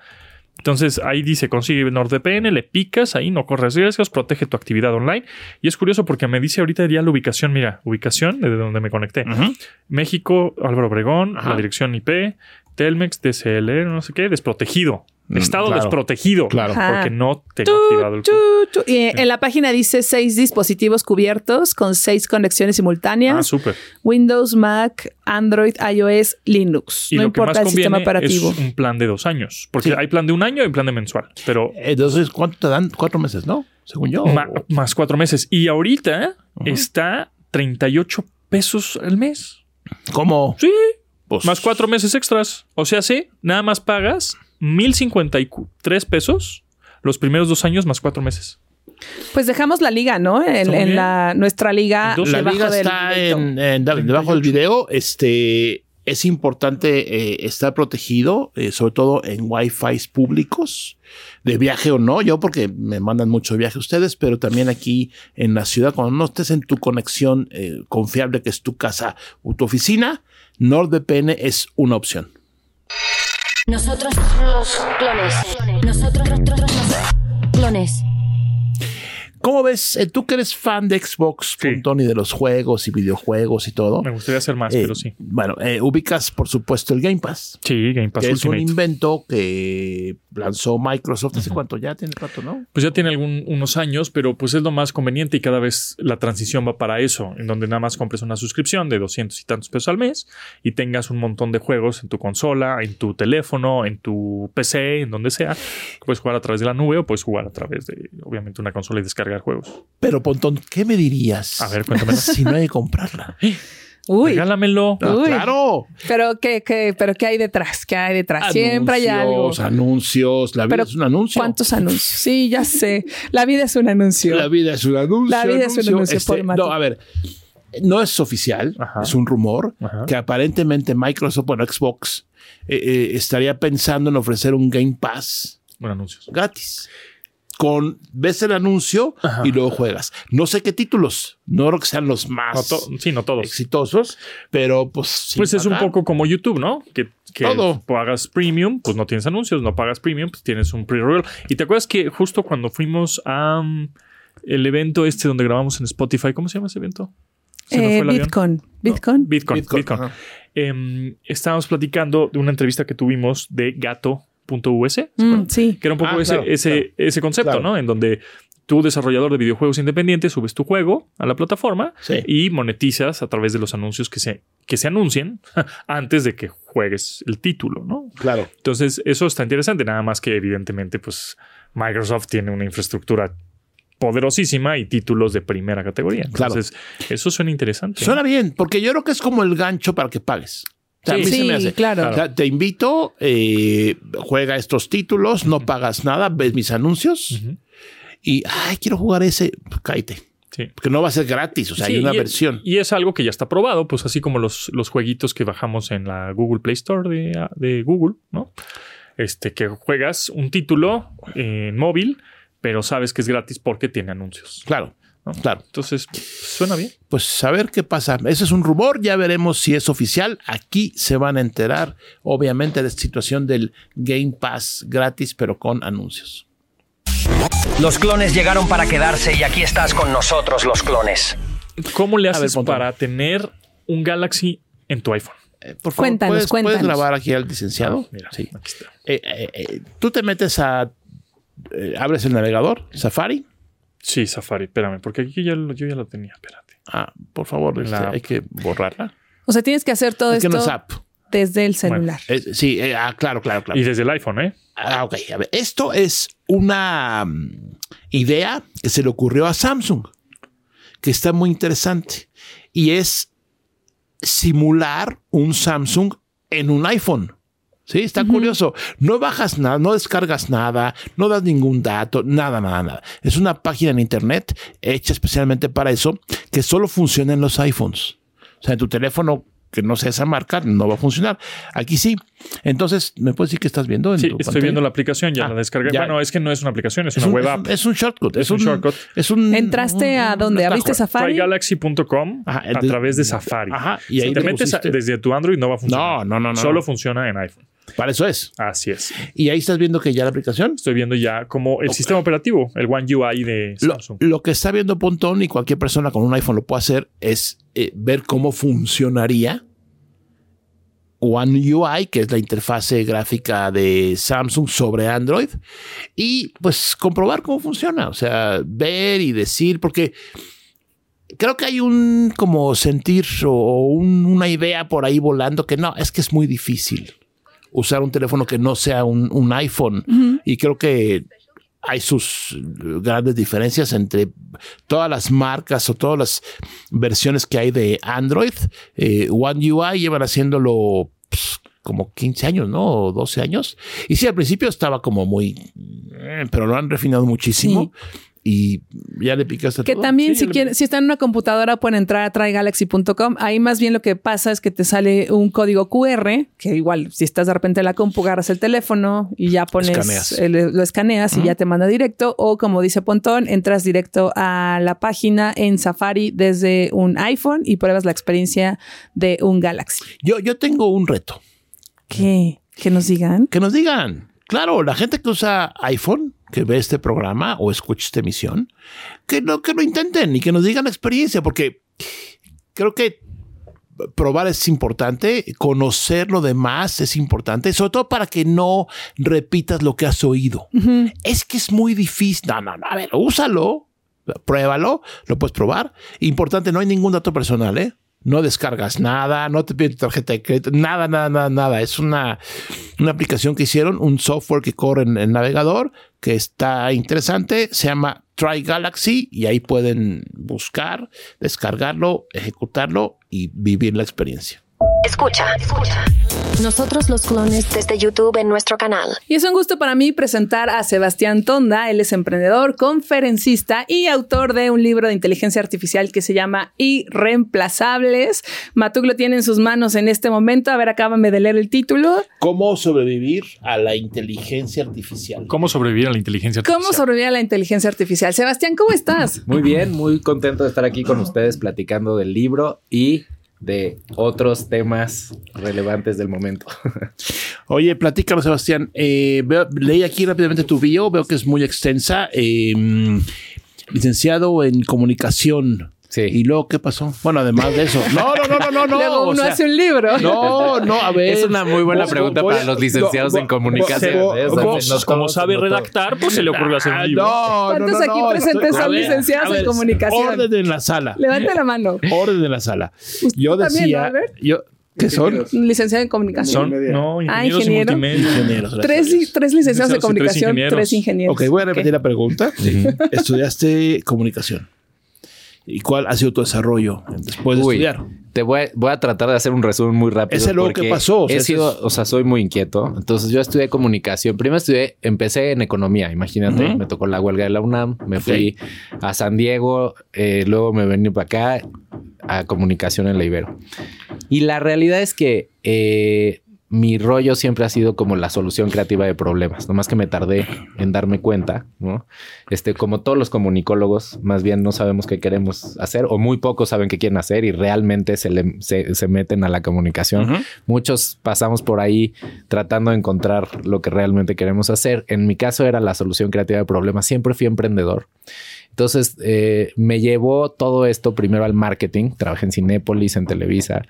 Speaker 7: entonces ahí dice consigue NordVPN, le picas ahí, no corres riesgos, protege tu actividad online. Y es curioso porque me dice ahorita ya la ubicación, mira, ubicación desde donde me conecté.
Speaker 6: Ujú.
Speaker 7: México, Álvaro Obregón,
Speaker 6: Ajá.
Speaker 7: la dirección IP, Telmex, DCL, no sé qué, desprotegido.
Speaker 6: Mm,
Speaker 7: Estado
Speaker 6: claro.
Speaker 7: desprotegido.
Speaker 6: Claro.
Speaker 5: Ajá.
Speaker 7: Porque no tengo
Speaker 5: Ah. Tú,
Speaker 7: activado el
Speaker 5: tú, tú. Y en la página dice seis dispositivos cubiertos con seis conexiones
Speaker 7: Ah,
Speaker 5: simultáneas.
Speaker 7: súper.
Speaker 5: Windows, Mac, Android, iOS, Linux.
Speaker 7: Y
Speaker 5: no
Speaker 7: lo que más
Speaker 5: importa el sistema
Speaker 7: conviene
Speaker 5: operativo.
Speaker 7: es un plan de dos años. Porque
Speaker 6: Sí.
Speaker 7: hay plan de un año y plan de mensual. Pero
Speaker 6: Entonces, ¿cuánto te dan? Cuatro meses, ¿no? Según yo.
Speaker 7: ma-
Speaker 5: Oh.
Speaker 7: más cuatro meses. Y ahorita está 38 pesos al mes.
Speaker 6: ¿Cómo?
Speaker 7: Sí.
Speaker 6: Pues,
Speaker 7: Más cuatro meses extras. O sea, sí, nada más pagas 1,053 pesos los primeros dos años más cuatro meses.
Speaker 5: Pues dejamos la liga, ¿no? En,
Speaker 7: Está muy
Speaker 5: en la, nuestra liga.
Speaker 7: Entonces,
Speaker 6: La
Speaker 5: debajo
Speaker 6: liga
Speaker 5: del
Speaker 6: está
Speaker 5: dedito.
Speaker 6: en, en- debajo del video. Este es importante eh, estar protegido, eh, sobre todo en wifi públicos, de viaje o no. Yo, porque me mandan mucho viaje ustedes, pero también aquí en la ciudad, cuando no estés en tu conexión eh, confiable, que es tu casa o tu oficina, NordVPN es una opción.
Speaker 4: Nosotros los clones. Nosotros los clones.
Speaker 6: ¿Cómo ves? Eh, tú que eres fan de Xbox,
Speaker 7: Sí.
Speaker 6: Tony, de los juegos y videojuegos y todo.
Speaker 7: Me gustaría hacer más,
Speaker 6: Eh,
Speaker 7: pero sí.
Speaker 6: Bueno, eh, ubicas, por supuesto, el Game Pass.
Speaker 7: Sí, Game Pass
Speaker 6: que es un
Speaker 7: Ultimate.
Speaker 6: invento que lanzó Microsoft hace cuánto ya tiene rato, ¿no?
Speaker 7: Pues ya tiene algún, unos años, pero pues es lo más conveniente y cada vez la transición va para eso, en donde nada más compres una suscripción de 200 y tantos pesos al mes y tengas un montón de juegos en tu consola, en tu teléfono, en tu PC, en donde sea. que Puedes jugar a través de la nube o puedes jugar a través de, obviamente, una consola y descargar juegos.
Speaker 6: Pero Pontón, ¿qué me dirías?
Speaker 7: A ver, cuéntame.
Speaker 6: Si no hay que comprarla.
Speaker 5: Uy.
Speaker 7: Regálamelo.
Speaker 6: Ah,
Speaker 5: Uy.
Speaker 6: claro.
Speaker 5: Pero qué, qué, pero qué hay detrás, qué hay detrás. Siempre hay algo.
Speaker 6: Anuncios, Anuncios, la vida
Speaker 5: Pero
Speaker 6: es un anuncio.
Speaker 5: ¿Cuántos anuncios? Sí, ya sé. La vida es un anuncio.
Speaker 6: La vida es un anuncio. Este,
Speaker 5: La vida es un anuncio, Paul Mato.
Speaker 6: no, a ver, no es oficial,
Speaker 7: Ajá.
Speaker 6: es un rumor
Speaker 7: Ajá.
Speaker 6: que aparentemente Microsoft, bueno, Xbox, eh, eh, estaría pensando en ofrecer un Game Pass
Speaker 7: Bueno, anuncios.
Speaker 6: gratis. Con, ves el anuncio
Speaker 7: Ajá.
Speaker 6: y luego juegas. No sé qué títulos, no creo que sean los
Speaker 7: No,
Speaker 6: más
Speaker 7: to- sí, no todos.
Speaker 6: exitosos, pero pues. sin
Speaker 7: Pues es un
Speaker 6: pagar.
Speaker 7: poco como YouTube, ¿no? Que, que
Speaker 6: Todo.
Speaker 7: pagas premium, pues no tienes anuncios, no pagas premium, pues tienes un pre-roll. Y te acuerdas que justo cuando fuimos a mm, el evento este donde grabamos en Spotify, ¿cómo se llama ese evento? Se me
Speaker 5: Eh,
Speaker 7: fue el avión.
Speaker 5: Bitcoin. Bitcoin.
Speaker 7: Bitcoin,
Speaker 6: Bitcoin,
Speaker 7: Bitcoin.
Speaker 6: ajá.
Speaker 7: Em, estábamos platicando de una entrevista que tuvimos de gato.us, ¿se
Speaker 5: Mm,
Speaker 7: acuerdan?
Speaker 5: sí.
Speaker 7: que era un poco
Speaker 6: Ah,
Speaker 7: ese,
Speaker 6: claro,
Speaker 7: ese,
Speaker 6: claro.
Speaker 7: ese concepto,
Speaker 6: Claro.
Speaker 7: ¿no? En donde tú, desarrollador de videojuegos independientes, subes tu juego a la plataforma
Speaker 6: Sí.
Speaker 7: y monetizas a través de los anuncios que se, que se anuncien antes de que juegues el título, ¿no?
Speaker 6: Claro.
Speaker 7: Entonces, eso está interesante, nada más que evidentemente, pues Microsoft tiene una infraestructura poderosísima y títulos de primera categoría.
Speaker 6: Claro.
Speaker 7: Entonces, eso suena interesante.
Speaker 6: Suena bien, porque yo creo que es como el gancho para que pagues. O sea, a mí
Speaker 5: Sí,
Speaker 6: se me hace.
Speaker 5: claro.
Speaker 6: O sea, te invito, eh, juega estos títulos, no pagas nada, ves mis anuncios
Speaker 7: Ujú.
Speaker 6: y, ay, quiero jugar ese, pues, cállate.
Speaker 7: Sí.
Speaker 6: Porque no va a ser gratis, o sea, hay
Speaker 7: Sí,
Speaker 6: una
Speaker 7: y-
Speaker 6: versión.
Speaker 7: Y es algo que ya está probado, pues así como los, los jueguitos que bajamos en la Google Play Store de, ah, de Google, ¿no? Este, que juegas un título en móvil, pero sabes que es gratis porque tiene anuncios.
Speaker 6: Claro,
Speaker 7: ¿no?
Speaker 6: claro.
Speaker 7: Entonces, suena bien.
Speaker 6: Pues a ver qué pasa. Ese es un rumor, ya veremos si es oficial. Aquí se van a enterar, obviamente, de la situación del Game Pass gratis, pero con anuncios.
Speaker 10: Los clones llegaron para quedarse y aquí estás con nosotros, los clones.
Speaker 7: ¿Cómo le haces
Speaker 6: Pontón.
Speaker 7: para tener un Galaxy en tu iPhone? Ah,
Speaker 6: Eh, por favor,
Speaker 5: Cuéntanos,
Speaker 6: ¿puedes, puedes
Speaker 5: cuéntanos.
Speaker 6: grabar aquí al licenciado?
Speaker 7: Mira,
Speaker 6: Sí.
Speaker 7: aquí está.
Speaker 6: Ah, Eh, eh, eh, tú te metes a. eh, abres el navegador, Safari.
Speaker 7: Sí, Safari, espérame, porque aquí ya lo- yo ya lo tenía, espérate.
Speaker 6: Ah, por favor, este,
Speaker 7: La-
Speaker 6: hay que borrarla.
Speaker 5: O sea, tienes que hacer todo
Speaker 6: Es que
Speaker 5: esto
Speaker 6: no es app.
Speaker 5: desde el celular.
Speaker 6: Es- sí, eh, ah, claro, claro, claro.
Speaker 7: Y desde el iPhone, ¿eh?
Speaker 6: Ah, ok. A ver, esto es una mm, idea que se le ocurrió a Samsung, que está muy interesante, y es simular un Samsung en un iPhone. Sí, está curioso. No bajas nada, no descargas nada, no das ningún dato, nada, nada, nada. Es una página en internet hecha especialmente para eso, que solo funciona en los iPhones. O sea, en tu teléfono que no sea esa marca no va a funcionar. Aquí sí. Entonces, ¿me puedes decir que estás viendo? en
Speaker 7: Sí,
Speaker 6: tu
Speaker 7: estoy
Speaker 6: pantalla?
Speaker 7: viendo la aplicación, ya
Speaker 6: Ah,
Speaker 7: la descargué.
Speaker 6: ya.
Speaker 7: Bueno, es que no es una aplicación, es,
Speaker 6: Es
Speaker 7: una
Speaker 6: un,
Speaker 7: web
Speaker 6: es
Speaker 7: app.
Speaker 6: un- es un shortcut.
Speaker 7: Es
Speaker 6: Es,
Speaker 7: un
Speaker 6: un,
Speaker 7: shortcut.
Speaker 6: Es un,
Speaker 5: ¿Entraste a dónde?
Speaker 6: un
Speaker 5: ¿Abriste
Speaker 6: atajo.
Speaker 7: Try
Speaker 5: Safari?
Speaker 7: Galaxy.com
Speaker 6: Ajá,
Speaker 7: a
Speaker 6: de-
Speaker 7: través de Safari.
Speaker 6: Ajá, y
Speaker 7: Si
Speaker 6: ahí
Speaker 7: te
Speaker 6: le
Speaker 7: metes a-
Speaker 6: pusiste.
Speaker 7: desde tu Android no va a funcionar.
Speaker 6: No, no, no, no.
Speaker 7: Solo funciona en iPhone.
Speaker 6: Para eso es.
Speaker 7: Así es.
Speaker 6: Y ahí estás viendo que ya la aplicación.
Speaker 7: Estoy viendo ya como el sistema operativo, el One UI de
Speaker 6: Lo,
Speaker 7: Samsung.
Speaker 6: lo que está viendo Pontón y cualquier persona con un iPhone lo puede hacer es eh, ver cómo funcionaría One UI, que es la interfase gráfica de Samsung sobre Android, y pues comprobar cómo funciona. O sea, ver y decir, porque creo que hay un como sentir o, o un- una idea por ahí volando que no, es que es muy difícil usar un teléfono que no sea un, un iPhone. Y creo que hay sus eh, grandes diferencias entre todas las marcas o todas las versiones que hay de Android. Eh, One UI llevan haciéndolo pues, como 15 años, ¿no? O 12 años. Y sí, al principio estaba como muy... eh, Pero lo han refinado muchísimo. Y ya le picaste
Speaker 5: Que
Speaker 6: todo.
Speaker 5: también
Speaker 6: Sí,
Speaker 5: si
Speaker 6: ya le-
Speaker 5: quieren, si están en una computadora pueden entrar a trygalaxy.com. Ahí más bien lo que pasa es que te sale un código QR, que igual si estás de repente en la compu, agarras el teléfono y ya pones,
Speaker 6: Escaneas.
Speaker 5: el- lo escaneas y ya te manda directo. O como dice Pontón, entras directo a la página en Safari desde un iPhone y pruebas la experiencia de un Galaxy.
Speaker 6: Yo, yo tengo un reto.
Speaker 5: ¿Qué? Que nos digan.
Speaker 6: Que nos digan. Claro, la gente que usa iPhone, que ve este programa o escucha esta emisión, que lo, que lo intenten y que nos digan la experiencia, porque creo que probar es importante, conocer lo demás es importante, sobre todo para que no repitas lo que has oído. Es que es muy difícil. No, no, no, a ver, úsalo, pruébalo, lo puedes probar. Importante, no hay ningún dato personal, ¿eh? No descargas nada, no te piden tarjeta de crédito, nada, nada, nada, nada. Es una, una aplicación que hicieron, un software que corre en el navegador, que está interesante, se llama Try Galaxy y ahí pueden buscar, descargarlo, ejecutarlo y vivir la experiencia.
Speaker 4: Escucha, escucha. Nosotros los clones desde YouTube en nuestro canal.
Speaker 5: Y es un gusto para mí presentar a Sebastián Tonda. Él es emprendedor, conferencista y autor de un libro de inteligencia artificial que se llama Irreemplazables. Matuk lo tiene en sus manos en este momento. A ver, acábame de leer el título.
Speaker 6: ¿Cómo sobrevivir a la inteligencia artificial?
Speaker 7: ¿Cómo sobrevivir a la inteligencia artificial?
Speaker 5: ¿Cómo sobrevivir a la inteligencia artificial? Sebastián, ¿cómo estás?
Speaker 11: Muy bien, muy contento de estar aquí con ustedes platicando del libro y de otros temas relevantes del momento.
Speaker 6: Oye, platícalo, Sebastián. Eh, veo- leí aquí rápidamente tu bio, veo que es muy extensa. Eh, mm, licenciado en comunicación.
Speaker 11: Sí.
Speaker 6: ¿Y luego qué pasó? Bueno, además de eso. No, no, no, no, no. no.
Speaker 5: Luego
Speaker 6: o
Speaker 5: uno
Speaker 6: sea,
Speaker 5: hace un libro.
Speaker 6: No, no, a ver.
Speaker 11: Es una muy buena
Speaker 6: Vos-
Speaker 11: pregunta
Speaker 6: vos-
Speaker 11: para los licenciados
Speaker 6: no,
Speaker 11: en
Speaker 6: vos-
Speaker 11: comunicación.
Speaker 6: vos-
Speaker 11: ¿eh? O sea,
Speaker 6: vos-
Speaker 11: no
Speaker 7: Como
Speaker 11: todos-
Speaker 7: sabe
Speaker 11: no todos.
Speaker 7: redactar, pues se le ocurrió hacer un
Speaker 6: Ah,
Speaker 7: libro.
Speaker 6: no, no,
Speaker 5: ¿Cuántos
Speaker 6: no,
Speaker 5: aquí
Speaker 6: no,
Speaker 5: presentes son
Speaker 6: estoy- a ver,
Speaker 5: licenciados
Speaker 6: a
Speaker 5: en
Speaker 6: ver,
Speaker 5: comunicación?
Speaker 6: Orden en la sala.
Speaker 5: Levante la mano.
Speaker 6: Orden en la sala. Yo
Speaker 5: también, ¿no,
Speaker 6: decía.
Speaker 5: Albert?
Speaker 6: yo, ¿Qué son?
Speaker 5: Licenciado en comunicación.
Speaker 7: Son, no,
Speaker 5: Ah,
Speaker 7: ingenieros y
Speaker 5: ingeniero.
Speaker 7: multimedia.
Speaker 6: Ingenieros, gracias a
Speaker 5: Tres,
Speaker 6: Dios.
Speaker 5: tres licenciados de
Speaker 7: Licenciados y tres
Speaker 5: comunicación,
Speaker 7: ingenieros.
Speaker 5: tres ingenieros.
Speaker 6: Ok, voy a repetir la pregunta. Estudiaste comunicación. ¿Y cuál ha sido tu desarrollo después de
Speaker 11: Uy,
Speaker 6: estudiar?
Speaker 11: Te voy a, voy a tratar de hacer un resumen muy rápido.
Speaker 6: Ese luego,
Speaker 11: porque
Speaker 6: ¿qué pasó? O sea,
Speaker 11: he
Speaker 6: ese
Speaker 11: sido,
Speaker 6: es-
Speaker 11: o sea, soy muy inquieto. Entonces yo estudié comunicación. Primero estudié, empecé en economía, imagínate.
Speaker 6: Ujú.
Speaker 11: Me tocó la huelga de la UNAM, me
Speaker 6: Ok.
Speaker 11: fui a San Diego, eh, luego me vení para acá a comunicación en la Ibero. Y la realidad es que eh, mi rollo siempre ha sido como la solución creativa de problemas. Nomás que me tardé en darme cuenta, ¿no? Este, como todos los comunicólogos, más bien no sabemos qué queremos hacer o muy pocos saben qué quieren hacer y realmente se, le- se- se meten a la comunicación.
Speaker 6: Ujú.
Speaker 11: Muchos pasamos por ahí tratando de encontrar lo que realmente queremos hacer. En mi caso era la solución creativa de problemas. Siempre fui emprendedor. Entonces eh, me llevó todo esto primero al marketing. Trabajé en Cinépolis, en Televisa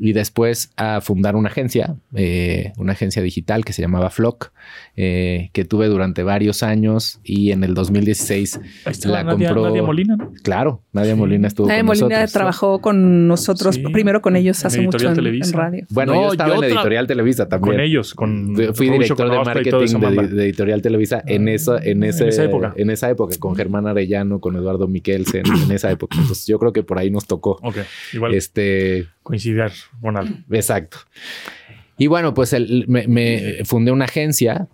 Speaker 11: y después a fundar una agencia, eh, una agencia digital que se llamaba Flock, eh, que tuve durante varios años y en el 2016
Speaker 7: Ahí está
Speaker 11: la
Speaker 7: Nadia,
Speaker 11: compró.
Speaker 7: Nadia Molina, ¿no?
Speaker 11: Claro, Nadia Molina estuvo
Speaker 5: Nadia
Speaker 11: con
Speaker 5: Molina
Speaker 11: nosotros.
Speaker 5: trabajó con nosotros,
Speaker 7: Sí,
Speaker 5: primero con ellos
Speaker 7: en
Speaker 5: hace mucho
Speaker 7: Editorial
Speaker 5: en, en
Speaker 7: Televisa.
Speaker 5: radio.
Speaker 11: Bueno,
Speaker 6: No,
Speaker 11: yo estaba
Speaker 6: yo
Speaker 11: en
Speaker 6: tra-
Speaker 11: Editorial Televisa también.
Speaker 7: Con ellos, con
Speaker 11: De- Fui
Speaker 7: Rucho
Speaker 11: director de
Speaker 7: Costa y toda esa
Speaker 11: marketing de,
Speaker 7: banda.
Speaker 11: de Editorial Televisa en esa, en, ese- eh,
Speaker 7: esa época.
Speaker 11: en esa época, con Germán Arellano, con Eduardo Miquelsen, en esa época. Entonces yo creo que por ahí nos tocó.
Speaker 7: Ok, igual
Speaker 11: Este,
Speaker 7: coincidir con algo.
Speaker 11: Exacto. Y bueno, pues el- me, me fundé una agencia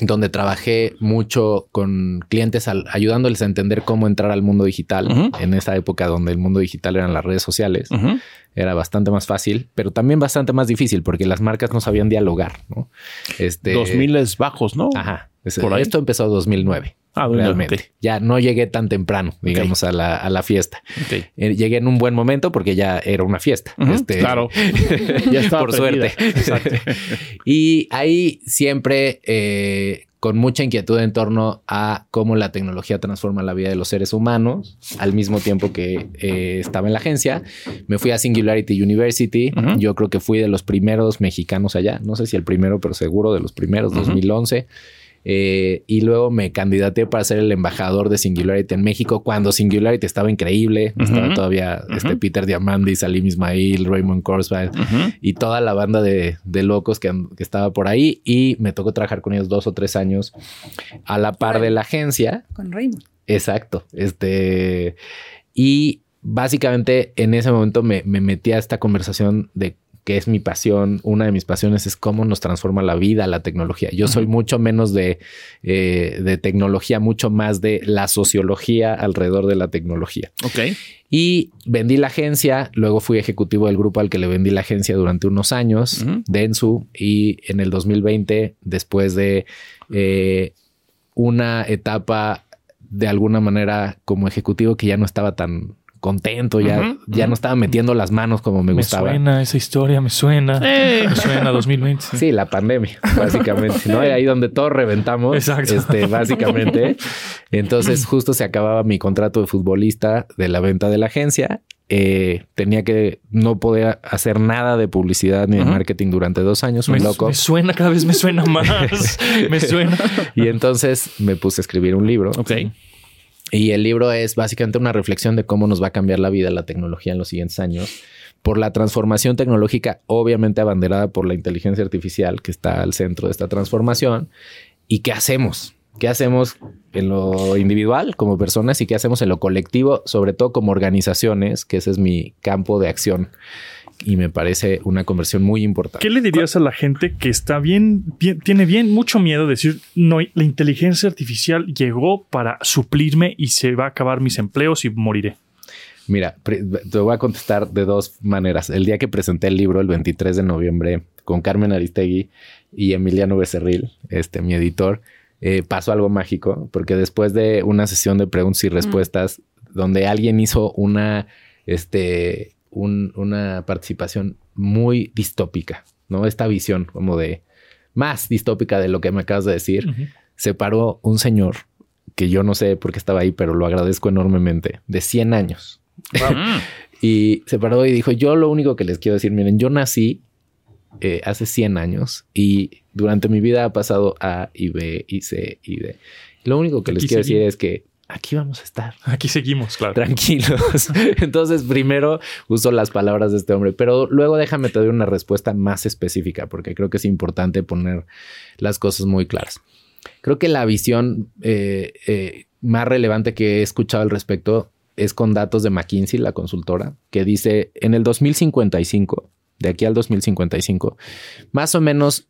Speaker 11: donde trabajé mucho con clientes al- ayudándoles a entender cómo entrar al mundo digital
Speaker 6: Ujú.
Speaker 11: en esa época donde el mundo digital eran las redes sociales.
Speaker 6: Ujú.
Speaker 11: Era bastante más fácil, pero también bastante más difícil porque las marcas no sabían dialogar, ¿no? Este
Speaker 6: 2000 es bajos, ¿no?
Speaker 11: Ajá. Es-
Speaker 6: Por ahí.
Speaker 11: Esto empezó en 2009.
Speaker 6: Ah, 2009,
Speaker 11: realmente. Ya no llegué tan temprano, digamos, a, la, a la fiesta.
Speaker 6: Ok.
Speaker 11: Eh, Llegué en un buen momento porque ya era una fiesta.
Speaker 6: Ujú,
Speaker 11: Este,
Speaker 6: claro. Ya estaba
Speaker 11: por
Speaker 6: prendida.
Speaker 11: suerte. y ahí siempre eh, con mucha inquietud en torno a cómo la tecnología transforma la vida de los seres humanos, al mismo tiempo que eh, estaba en la agencia. Me fui a Singularity University.
Speaker 6: Ujú.
Speaker 11: Yo creo que fui de los primeros mexicanos allá. No sé si el primero, pero seguro de los primeros, 2011. Eh, y luego me candidaté para ser el embajador de Singularity en México cuando Singularity estaba increíble. Estaba
Speaker 6: Ujú.
Speaker 11: todavía este Peter Diamandis, Salim Ismail, Raymond Kurzweil
Speaker 6: Ujú.
Speaker 11: y toda la banda de, de locos que, que estaba por ahí. Y me tocó trabajar con ellos dos o tres años a la par de la agencia.
Speaker 5: Con Raymond.
Speaker 11: Exacto. Este. Y básicamente en ese momento me, me metí a esta conversación de que es mi pasión. Una de mis pasiones es cómo nos transforma la vida, la tecnología. Yo soy mucho menos de, eh, de tecnología, mucho más de la sociología alrededor de la tecnología.
Speaker 6: Ok.
Speaker 11: Y vendí la agencia, luego fui ejecutivo del grupo al que le vendí la agencia durante unos años,
Speaker 6: Ujú.
Speaker 11: Densu, y en el 2020, después de eh, una etapa de alguna manera como ejecutivo que ya no estaba tan contento, ya,
Speaker 6: Ujú,
Speaker 11: ya no estaba metiendo las manos como me,
Speaker 7: Me
Speaker 11: gustaba.
Speaker 7: suena ¿eh? esa historia, me suena.
Speaker 11: Eh.
Speaker 7: Me suena 2020.
Speaker 11: Sí, la pandemia, básicamente, ¿no? Era ahí donde todos reventamos.
Speaker 7: Exacto.
Speaker 11: Este, básicamente. Entonces, justo se acababa mi contrato de futbolista de la venta de la agencia. Eh, tenía que no poder hacer nada de publicidad ni de
Speaker 6: Ujú.
Speaker 11: marketing durante dos años,
Speaker 7: Me,
Speaker 11: un loco.
Speaker 7: me suena, cada vez me suena más. me suena.
Speaker 11: Y entonces me puse a escribir un libro.
Speaker 6: Ok.
Speaker 11: Y el libro es básicamente una reflexión de cómo nos va a cambiar la vida la tecnología en los siguientes años por la transformación tecnológica, obviamente abanderada por la inteligencia artificial que está al centro de esta transformación. ¿Y qué hacemos? ¿Qué hacemos en lo individual como personas y qué hacemos en lo colectivo, sobre todo como organizaciones, que ese es mi campo de acción? Y me parece una conversión muy importante.
Speaker 7: ¿Qué le dirías a la gente que está bien, bien- tiene bien mucho miedo de decir, no, la inteligencia artificial llegó para suplirme y se va a acabar mis empleos y moriré?
Speaker 11: Mira, pre- te voy a contestar de dos maneras. El día que presenté el libro, el 23 de noviembre, con Carmen Aristegui y Emiliano Becerril, este, mi editor, eh, pasó algo mágico, porque después de una sesión de preguntas y respuestas, donde alguien hizo una, este, un- una participación muy distópica, ¿no? Esta visión como de más distópica de lo que me acabas de decir, se paró un señor que yo no sé por qué estaba ahí, pero lo agradezco enormemente, de 100 años. y se paró y dijo, yo lo único que les quiero decir, miren, yo nací eh, hace 100 años y durante mi vida ha pasado A y B y C y D. Lo único que les
Speaker 7: Aquí
Speaker 11: quiero
Speaker 7: seguimos.
Speaker 11: decir es que aquí vamos a estar
Speaker 7: Aquí seguimos, claro.
Speaker 11: tranquilos. Entonces, primero uso las palabras de este hombre, pero luego déjame te doy una respuesta más específica, porque creo que es importante poner las cosas muy claras. Creo que la visión eh, eh, más relevante que he escuchado al respecto es con datos de McKinsey, la consultora, que dice en el 2055, de aquí al 2055, más o menos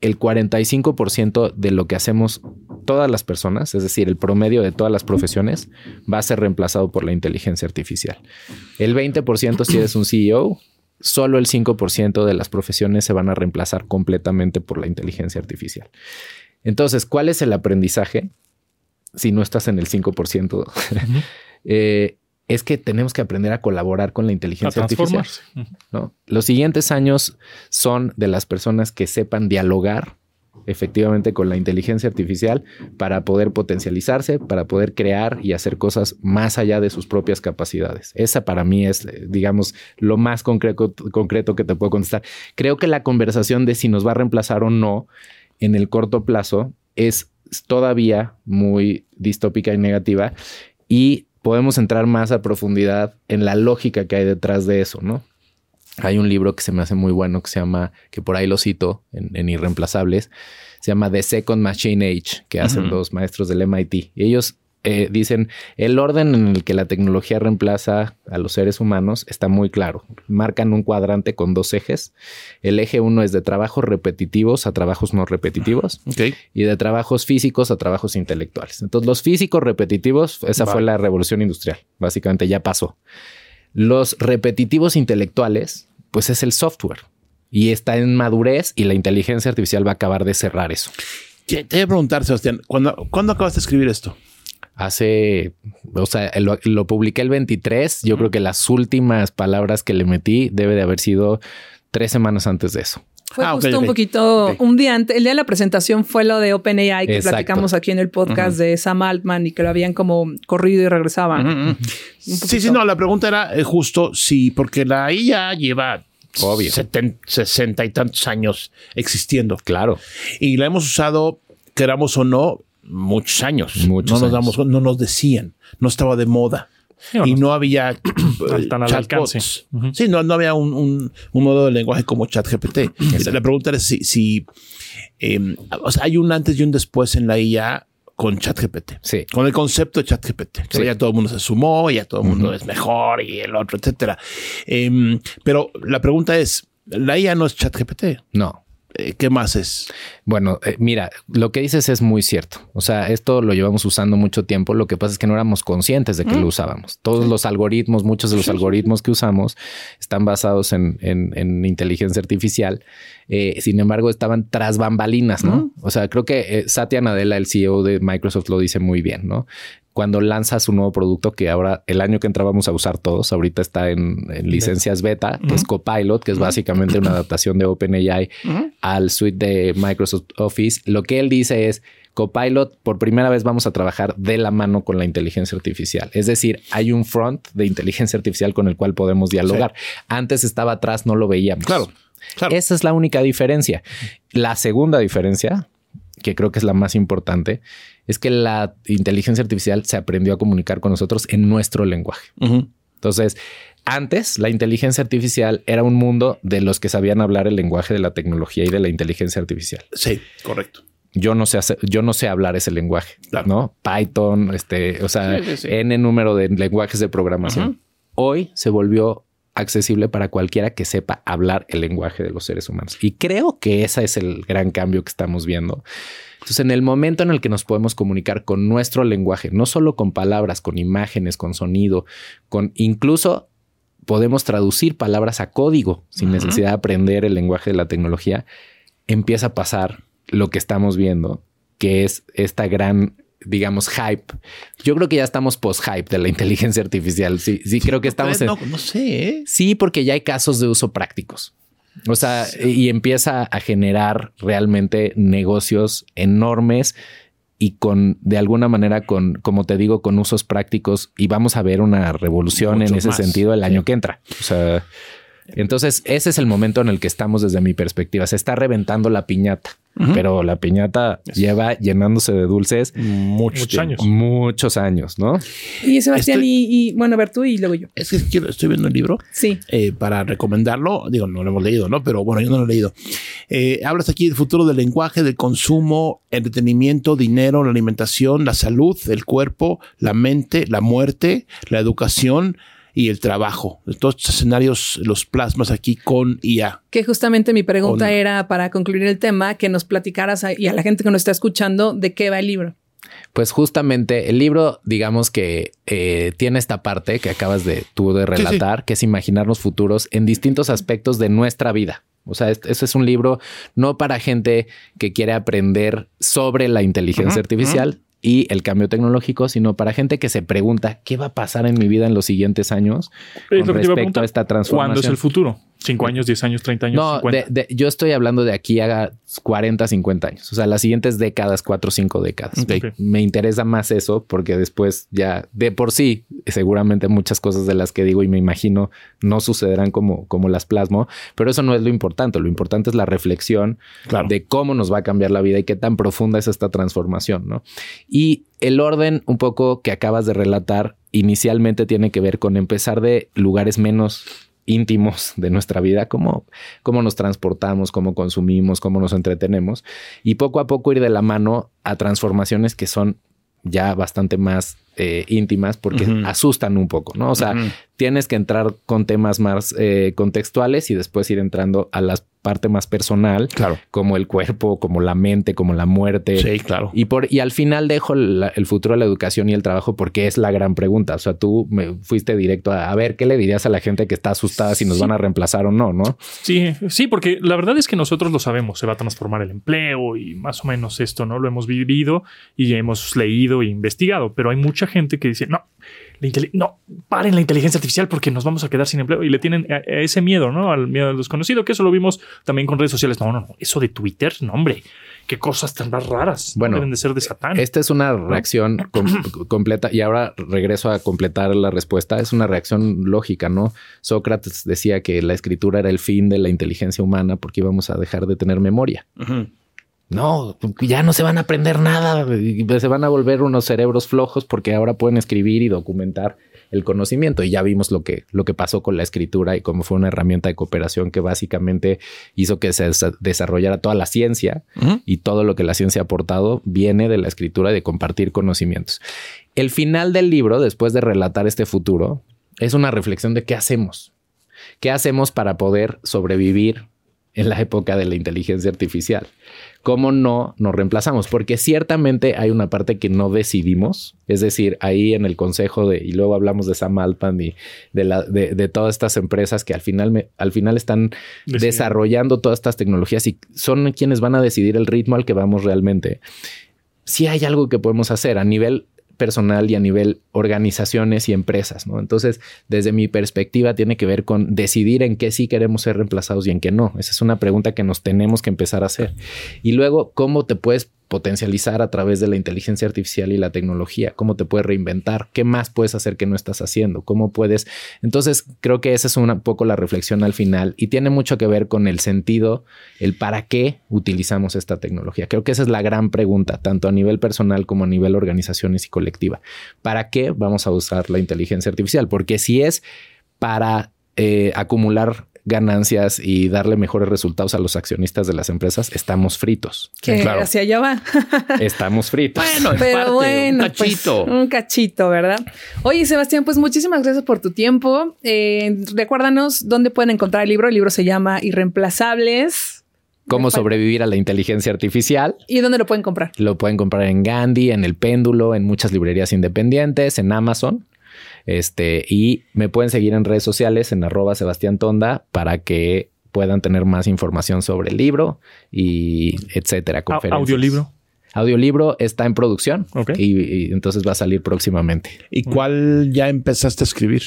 Speaker 11: el 45% de lo que hacemos todas las personas, es decir, el promedio de todas las profesiones, va a ser reemplazado por la inteligencia artificial. El 20% si eres un CEO, solo el 5% de las profesiones se van a reemplazar completamente por la inteligencia artificial. Entonces, ¿cuál es el aprendizaje si no estás en el 5%? Eh, es que tenemos que aprender a colaborar con la inteligencia
Speaker 7: A
Speaker 11: artificial.
Speaker 7: transformarse.
Speaker 11: ¿no? Los siguientes años son de las personas que sepan dialogar efectivamente con la inteligencia artificial para poder potencializarse, para poder crear y hacer cosas más allá de sus propias capacidades. Esa para mí es, eh, digamos, lo más concreto, concreto que te puedo contestar. Creo que la conversación de si nos va a reemplazar o no en el corto plazo es todavía muy distópica y negativa y podemos entrar más a profundidad en la lógica que hay detrás de eso, ¿no? Hay un libro que se me hace muy bueno que se llama, que por ahí lo cito en, en Irreemplazables, se llama The Second Machine Age, que hacen
Speaker 7: Ujú.
Speaker 11: dos maestros del MIT. Y ellos eh, dicen, el orden en el que la tecnología reemplaza a los seres humanos está muy claro. Marcan un cuadrante con dos ejes. El eje uno es de trabajos repetitivos a trabajos no repetitivos y de trabajos físicos a trabajos intelectuales. Entonces, los físicos repetitivos, esa
Speaker 7: Va.
Speaker 11: fue la revolución industrial. Básicamente ya pasó. Los repetitivos intelectuales, pues es el software y está en madurez y la inteligencia artificial va a acabar de cerrar eso.
Speaker 6: Te, te voy a preguntar, Sebastián, ¿cuándo, ¿cuándo acabas de escribir esto?
Speaker 11: Hace, o sea, lo, lo publiqué el 23. Yo creo que las últimas palabras que le metí debe de haber sido tres semanas antes de eso.
Speaker 5: Fue
Speaker 6: Ah, ok,
Speaker 5: justo
Speaker 6: ok.
Speaker 5: un poquito,
Speaker 6: Ok.
Speaker 5: un día antes, el día de la presentación fue lo de OpenAI que
Speaker 11: Exacto.
Speaker 5: platicamos aquí en el podcast de Sam Altman y que lo habían como corrido y regresaban.
Speaker 6: Sí, sí, no, la pregunta era eh, justo si, porque la IA lleva
Speaker 11: Obvio.
Speaker 6: seten- sesenta y tantos años existiendo
Speaker 11: Claro.
Speaker 6: y la hemos usado, queramos o no, muchos años.
Speaker 11: Muchos
Speaker 6: no nos
Speaker 11: años.
Speaker 6: damos, cu- no nos decían, no estaba de moda.
Speaker 7: o
Speaker 6: y
Speaker 7: no-
Speaker 6: no había eh,
Speaker 7: tan al
Speaker 6: chatbots.
Speaker 7: alcance. Ujú.
Speaker 6: Sí, no, no había un, un, un modo de lenguaje como ChatGPT. la pregunta es si, si eh, o sea, hay un antes y un después en la IA con ChatGPT.
Speaker 11: Sí.
Speaker 6: Con el concepto de ChatGPT. Que
Speaker 11: Sí.
Speaker 6: ya todo el mundo se sumó, ya todo el mundo es mejor y el otro, etcétera. Em, pero la pregunta es, la IA no es ChatGPT.
Speaker 11: No,
Speaker 6: Eh, ¿Qué más es?
Speaker 11: Bueno, eh, mira, lo que dices es muy cierto. O sea, esto lo llevamos usando mucho tiempo. Lo que pasa es que no éramos conscientes de que lo usábamos. Todos los algoritmos, muchos de los algoritmos que usamos están basados en, en- en inteligencia artificial. Eh, sin embargo, estaban tras bambalinas, ¿no? O sea, creo que eh, Satya Nadella, el CEO de Microsoft, lo dice muy bien, ¿no? Cuando lanza su nuevo producto, que ahora el año que entra vamos a usar todos, ahorita está en, en licencias beta, que es Copilot, que es básicamente una adaptación de OpenAI al suite de Microsoft Office, lo que él dice es, Copilot, por primera vez vamos a trabajar de la mano con la inteligencia artificial. Es decir, hay un front de inteligencia artificial con el cual podemos dialogar. Antes estaba atrás, no lo veíamos.
Speaker 6: Claro, claro.
Speaker 11: Esa es la única diferencia. La segunda diferencia, que creo que es la más importante, es que la inteligencia artificial se aprendió a comunicar con nosotros en nuestro lenguaje.
Speaker 6: Ujú.
Speaker 11: Entonces, antes la inteligencia artificial era un mundo de los que sabían hablar el lenguaje de la tecnología y de la inteligencia artificial.
Speaker 6: Sí, correcto.
Speaker 11: Yo no sé, hacer- yo no sé hablar ese lenguaje,
Speaker 6: Claro.
Speaker 11: ¿no? Python, este, o sea,
Speaker 6: Sí, sí, sí.
Speaker 11: n número de lenguajes de programación. Hoy se volvió accesible para cualquiera que sepa hablar el lenguaje de los seres humanos. Y creo que ese es el gran cambio que estamos viendo. Entonces, en el momento en el que nos podemos comunicar con nuestro lenguaje, no solo con palabras, con imágenes, con sonido, con incluso podemos traducir palabras a código sin necesidad de aprender el lenguaje de la tecnología, empieza a pasar lo que estamos viendo, que es esta gran, digamos, hype. Yo creo que ya estamos post-hype de la inteligencia artificial. Sí, sí, creo que estamos en...
Speaker 6: no, no sé, ¿eh?
Speaker 11: Sí, porque ya hay casos de uso prácticos. O sea, y empieza a generar realmente negocios enormes y con, de alguna manera, con, como te digo, con usos prácticos. Y vamos a ver una revolución en
Speaker 6: Muchos
Speaker 11: ese
Speaker 6: más.
Speaker 11: sentido el año que entra. O sea,
Speaker 9: Entonces, ese es el momento en el que estamos desde mi perspectiva. Se está reventando la piñata,
Speaker 7: Ujú.
Speaker 9: pero la piñata lleva llenándose de dulces muchos,
Speaker 7: Muchos años.
Speaker 9: Muchos años, ¿no?
Speaker 5: Y Sebastián y, y, bueno, a ver tú y luego yo.
Speaker 6: Es que quiero- estoy viendo el libro
Speaker 5: Sí.
Speaker 6: eh, para recomendarlo. Digo, no lo hemos leído, ¿no? Pero bueno, yo no lo he leído. Eh, hablas aquí del futuro del lenguaje, del consumo, entretenimiento, dinero, la alimentación, la salud, el cuerpo, la mente, la muerte, la educación y el trabajo. Todos estos escenarios los plasmas aquí con IA.
Speaker 5: Que justamente mi pregunta
Speaker 6: Con-
Speaker 5: era para concluir el tema, que nos platicaras a- y a la gente que nos está escuchando de qué va el libro.
Speaker 9: Pues justamente el libro, digamos que eh, tiene esta parte que acabas de tú de
Speaker 6: sí.
Speaker 9: relatar, que es imaginarnos futuros en distintos aspectos de nuestra vida. O sea, este, este es un libro no para gente que quiere aprender sobre la inteligencia
Speaker 6: Ujú,
Speaker 9: artificial y el cambio tecnológico, sino para gente que se pregunta qué va a pasar en mi vida en los siguientes años
Speaker 7: Es
Speaker 9: con
Speaker 7: lo que te iba a
Speaker 9: respecto a,
Speaker 7: preguntar.
Speaker 9: esta transformación.
Speaker 7: ¿Cuándo es el futuro? ¿Cinco años, diez años, treinta años,
Speaker 9: No,
Speaker 7: cincuenta?
Speaker 9: de- de- yo estoy hablando de aquí a 40, 50 años. O sea, las siguientes décadas, cuatro o cinco décadas.
Speaker 6: Ok.
Speaker 7: Ok.
Speaker 9: Me interesa más eso porque después ya de por sí, seguramente muchas cosas de las que digo y me imagino no sucederán como, como las plasmo, pero eso no es lo importante. Lo importante es la reflexión
Speaker 6: Claro.
Speaker 9: de cómo nos va a cambiar la vida y qué tan profunda es esta transformación, ¿no? Y el orden un poco que acabas de relatar inicialmente tiene que ver con empezar de lugares menos íntimos de nuestra vida, como cómo nos transportamos, cómo consumimos, cómo nos entretenemos y poco a poco ir de la mano a transformaciones que son ya bastante más eh, íntimas porque
Speaker 6: Ujú.
Speaker 9: asustan un poco, ¿no? O sea,
Speaker 6: Ujú.
Speaker 9: tienes que entrar con temas más eh, contextuales y después ir entrando a la parte más personal,
Speaker 6: Claro.
Speaker 9: como el cuerpo, como la mente, como la muerte.
Speaker 6: Sí, claro.
Speaker 9: Y, por, y al final dejo la- el futuro de la educación y el trabajo porque es la gran pregunta. O sea, tú me fuiste directo a, a ver qué le dirías a la gente que está asustada si nos
Speaker 7: Sí.
Speaker 9: van a reemplazar o no, ¿no?
Speaker 7: Sí, sí, porque la verdad es que nosotros lo sabemos, se va a transformar el empleo y más o menos esto, ¿no? Lo hemos vivido y hemos leído e investigado, pero hay mucha gente que dice, no, la intele- no, paren la inteligencia artificial porque nos vamos a quedar sin empleo y le tienen a- a ese miedo, ¿no? Al miedo al desconocido, que eso lo vimos también con redes sociales. No, no, no, eso de Twitter, no, hombre, qué cosas tan más raras.
Speaker 9: Bueno,
Speaker 7: Bueno, deben de ser de Satán.
Speaker 9: Esta es una reacción com- completa y ahora regreso a completar la respuesta. Es una reacción lógica, ¿no? Sócrates decía que la escritura era el fin de la inteligencia humana porque íbamos a dejar de tener memoria.
Speaker 6: Ujú.
Speaker 9: No, ya no se van a aprender nada, y se van a volver unos cerebros flojos porque ahora pueden escribir y documentar el conocimiento. Y ya vimos lo que, lo que pasó con la escritura y cómo fue una herramienta de cooperación que básicamente hizo que se desa- desarrollara toda la ciencia
Speaker 6: Ujú.
Speaker 9: y todo lo que la ciencia ha aportado viene de la escritura y de compartir conocimientos. El final del libro, después de relatar este futuro, es una reflexión de qué hacemos. ¿Qué hacemos para poder sobrevivir en la época de la inteligencia artificial? ¿Cómo no nos reemplazamos? Porque ciertamente hay una parte que no decidimos, es decir, ahí en el consejo de, y luego hablamos de Sam Altman y de, la- de- de todas estas empresas que al final, me- al final están
Speaker 7: Decidiendo.
Speaker 9: desarrollando todas estas tecnologías y son quienes van a decidir el ritmo al que vamos realmente. Si hay algo que podemos hacer a nivel personal y a nivel organizaciones y empresas, ¿no? Entonces, desde mi perspectiva, tiene que ver con decidir en qué sí queremos ser reemplazados y en qué no. Esa es una pregunta que nos tenemos que empezar a hacer. Y luego, ¿cómo te puedes potencializar a través de la inteligencia artificial y la tecnología? ¿Cómo te puedes reinventar? ¿Qué más puedes hacer que no estás haciendo? ¿Cómo puedes? Entonces, creo que esa es una- un poco la reflexión al final y tiene mucho que ver con el sentido, el para qué utilizamos esta tecnología. Creo que esa es la gran pregunta, tanto a nivel personal como a nivel organizaciones y colectiva. ¿Para qué vamos a usar la inteligencia artificial? Porque si es para eh, acumular ganancias y darle mejores resultados a los accionistas de las empresas, estamos fritos.
Speaker 5: Que
Speaker 6: claro.
Speaker 5: hacia allá va.
Speaker 9: Estamos fritos.
Speaker 6: Bueno, en
Speaker 5: Pero
Speaker 6: parte,
Speaker 5: bueno,
Speaker 6: un cachito.
Speaker 5: pues, un cachito, ¿verdad? Oye, Sebastián, pues muchísimas gracias por tu tiempo. Eh, recuérdanos dónde pueden encontrar el libro. El libro se llama Irreemplazables.
Speaker 9: ¿Cómo sobrevivir a la inteligencia artificial?
Speaker 5: ¿Y dónde lo pueden comprar?
Speaker 9: Lo pueden comprar en Gandhi, en El Péndulo, en muchas librerías independientes, en Amazon. Este, y me pueden seguir en redes sociales en arroba Sebastián Tonda para que puedan tener más información sobre el libro y etcétera.
Speaker 7: Au-
Speaker 9: conferencias.
Speaker 7: Audiolibro.
Speaker 9: Audiolibro está en producción
Speaker 7: Ok.
Speaker 9: y, y entonces va a salir próximamente.
Speaker 6: ¿Y cuál ya empezaste a escribir?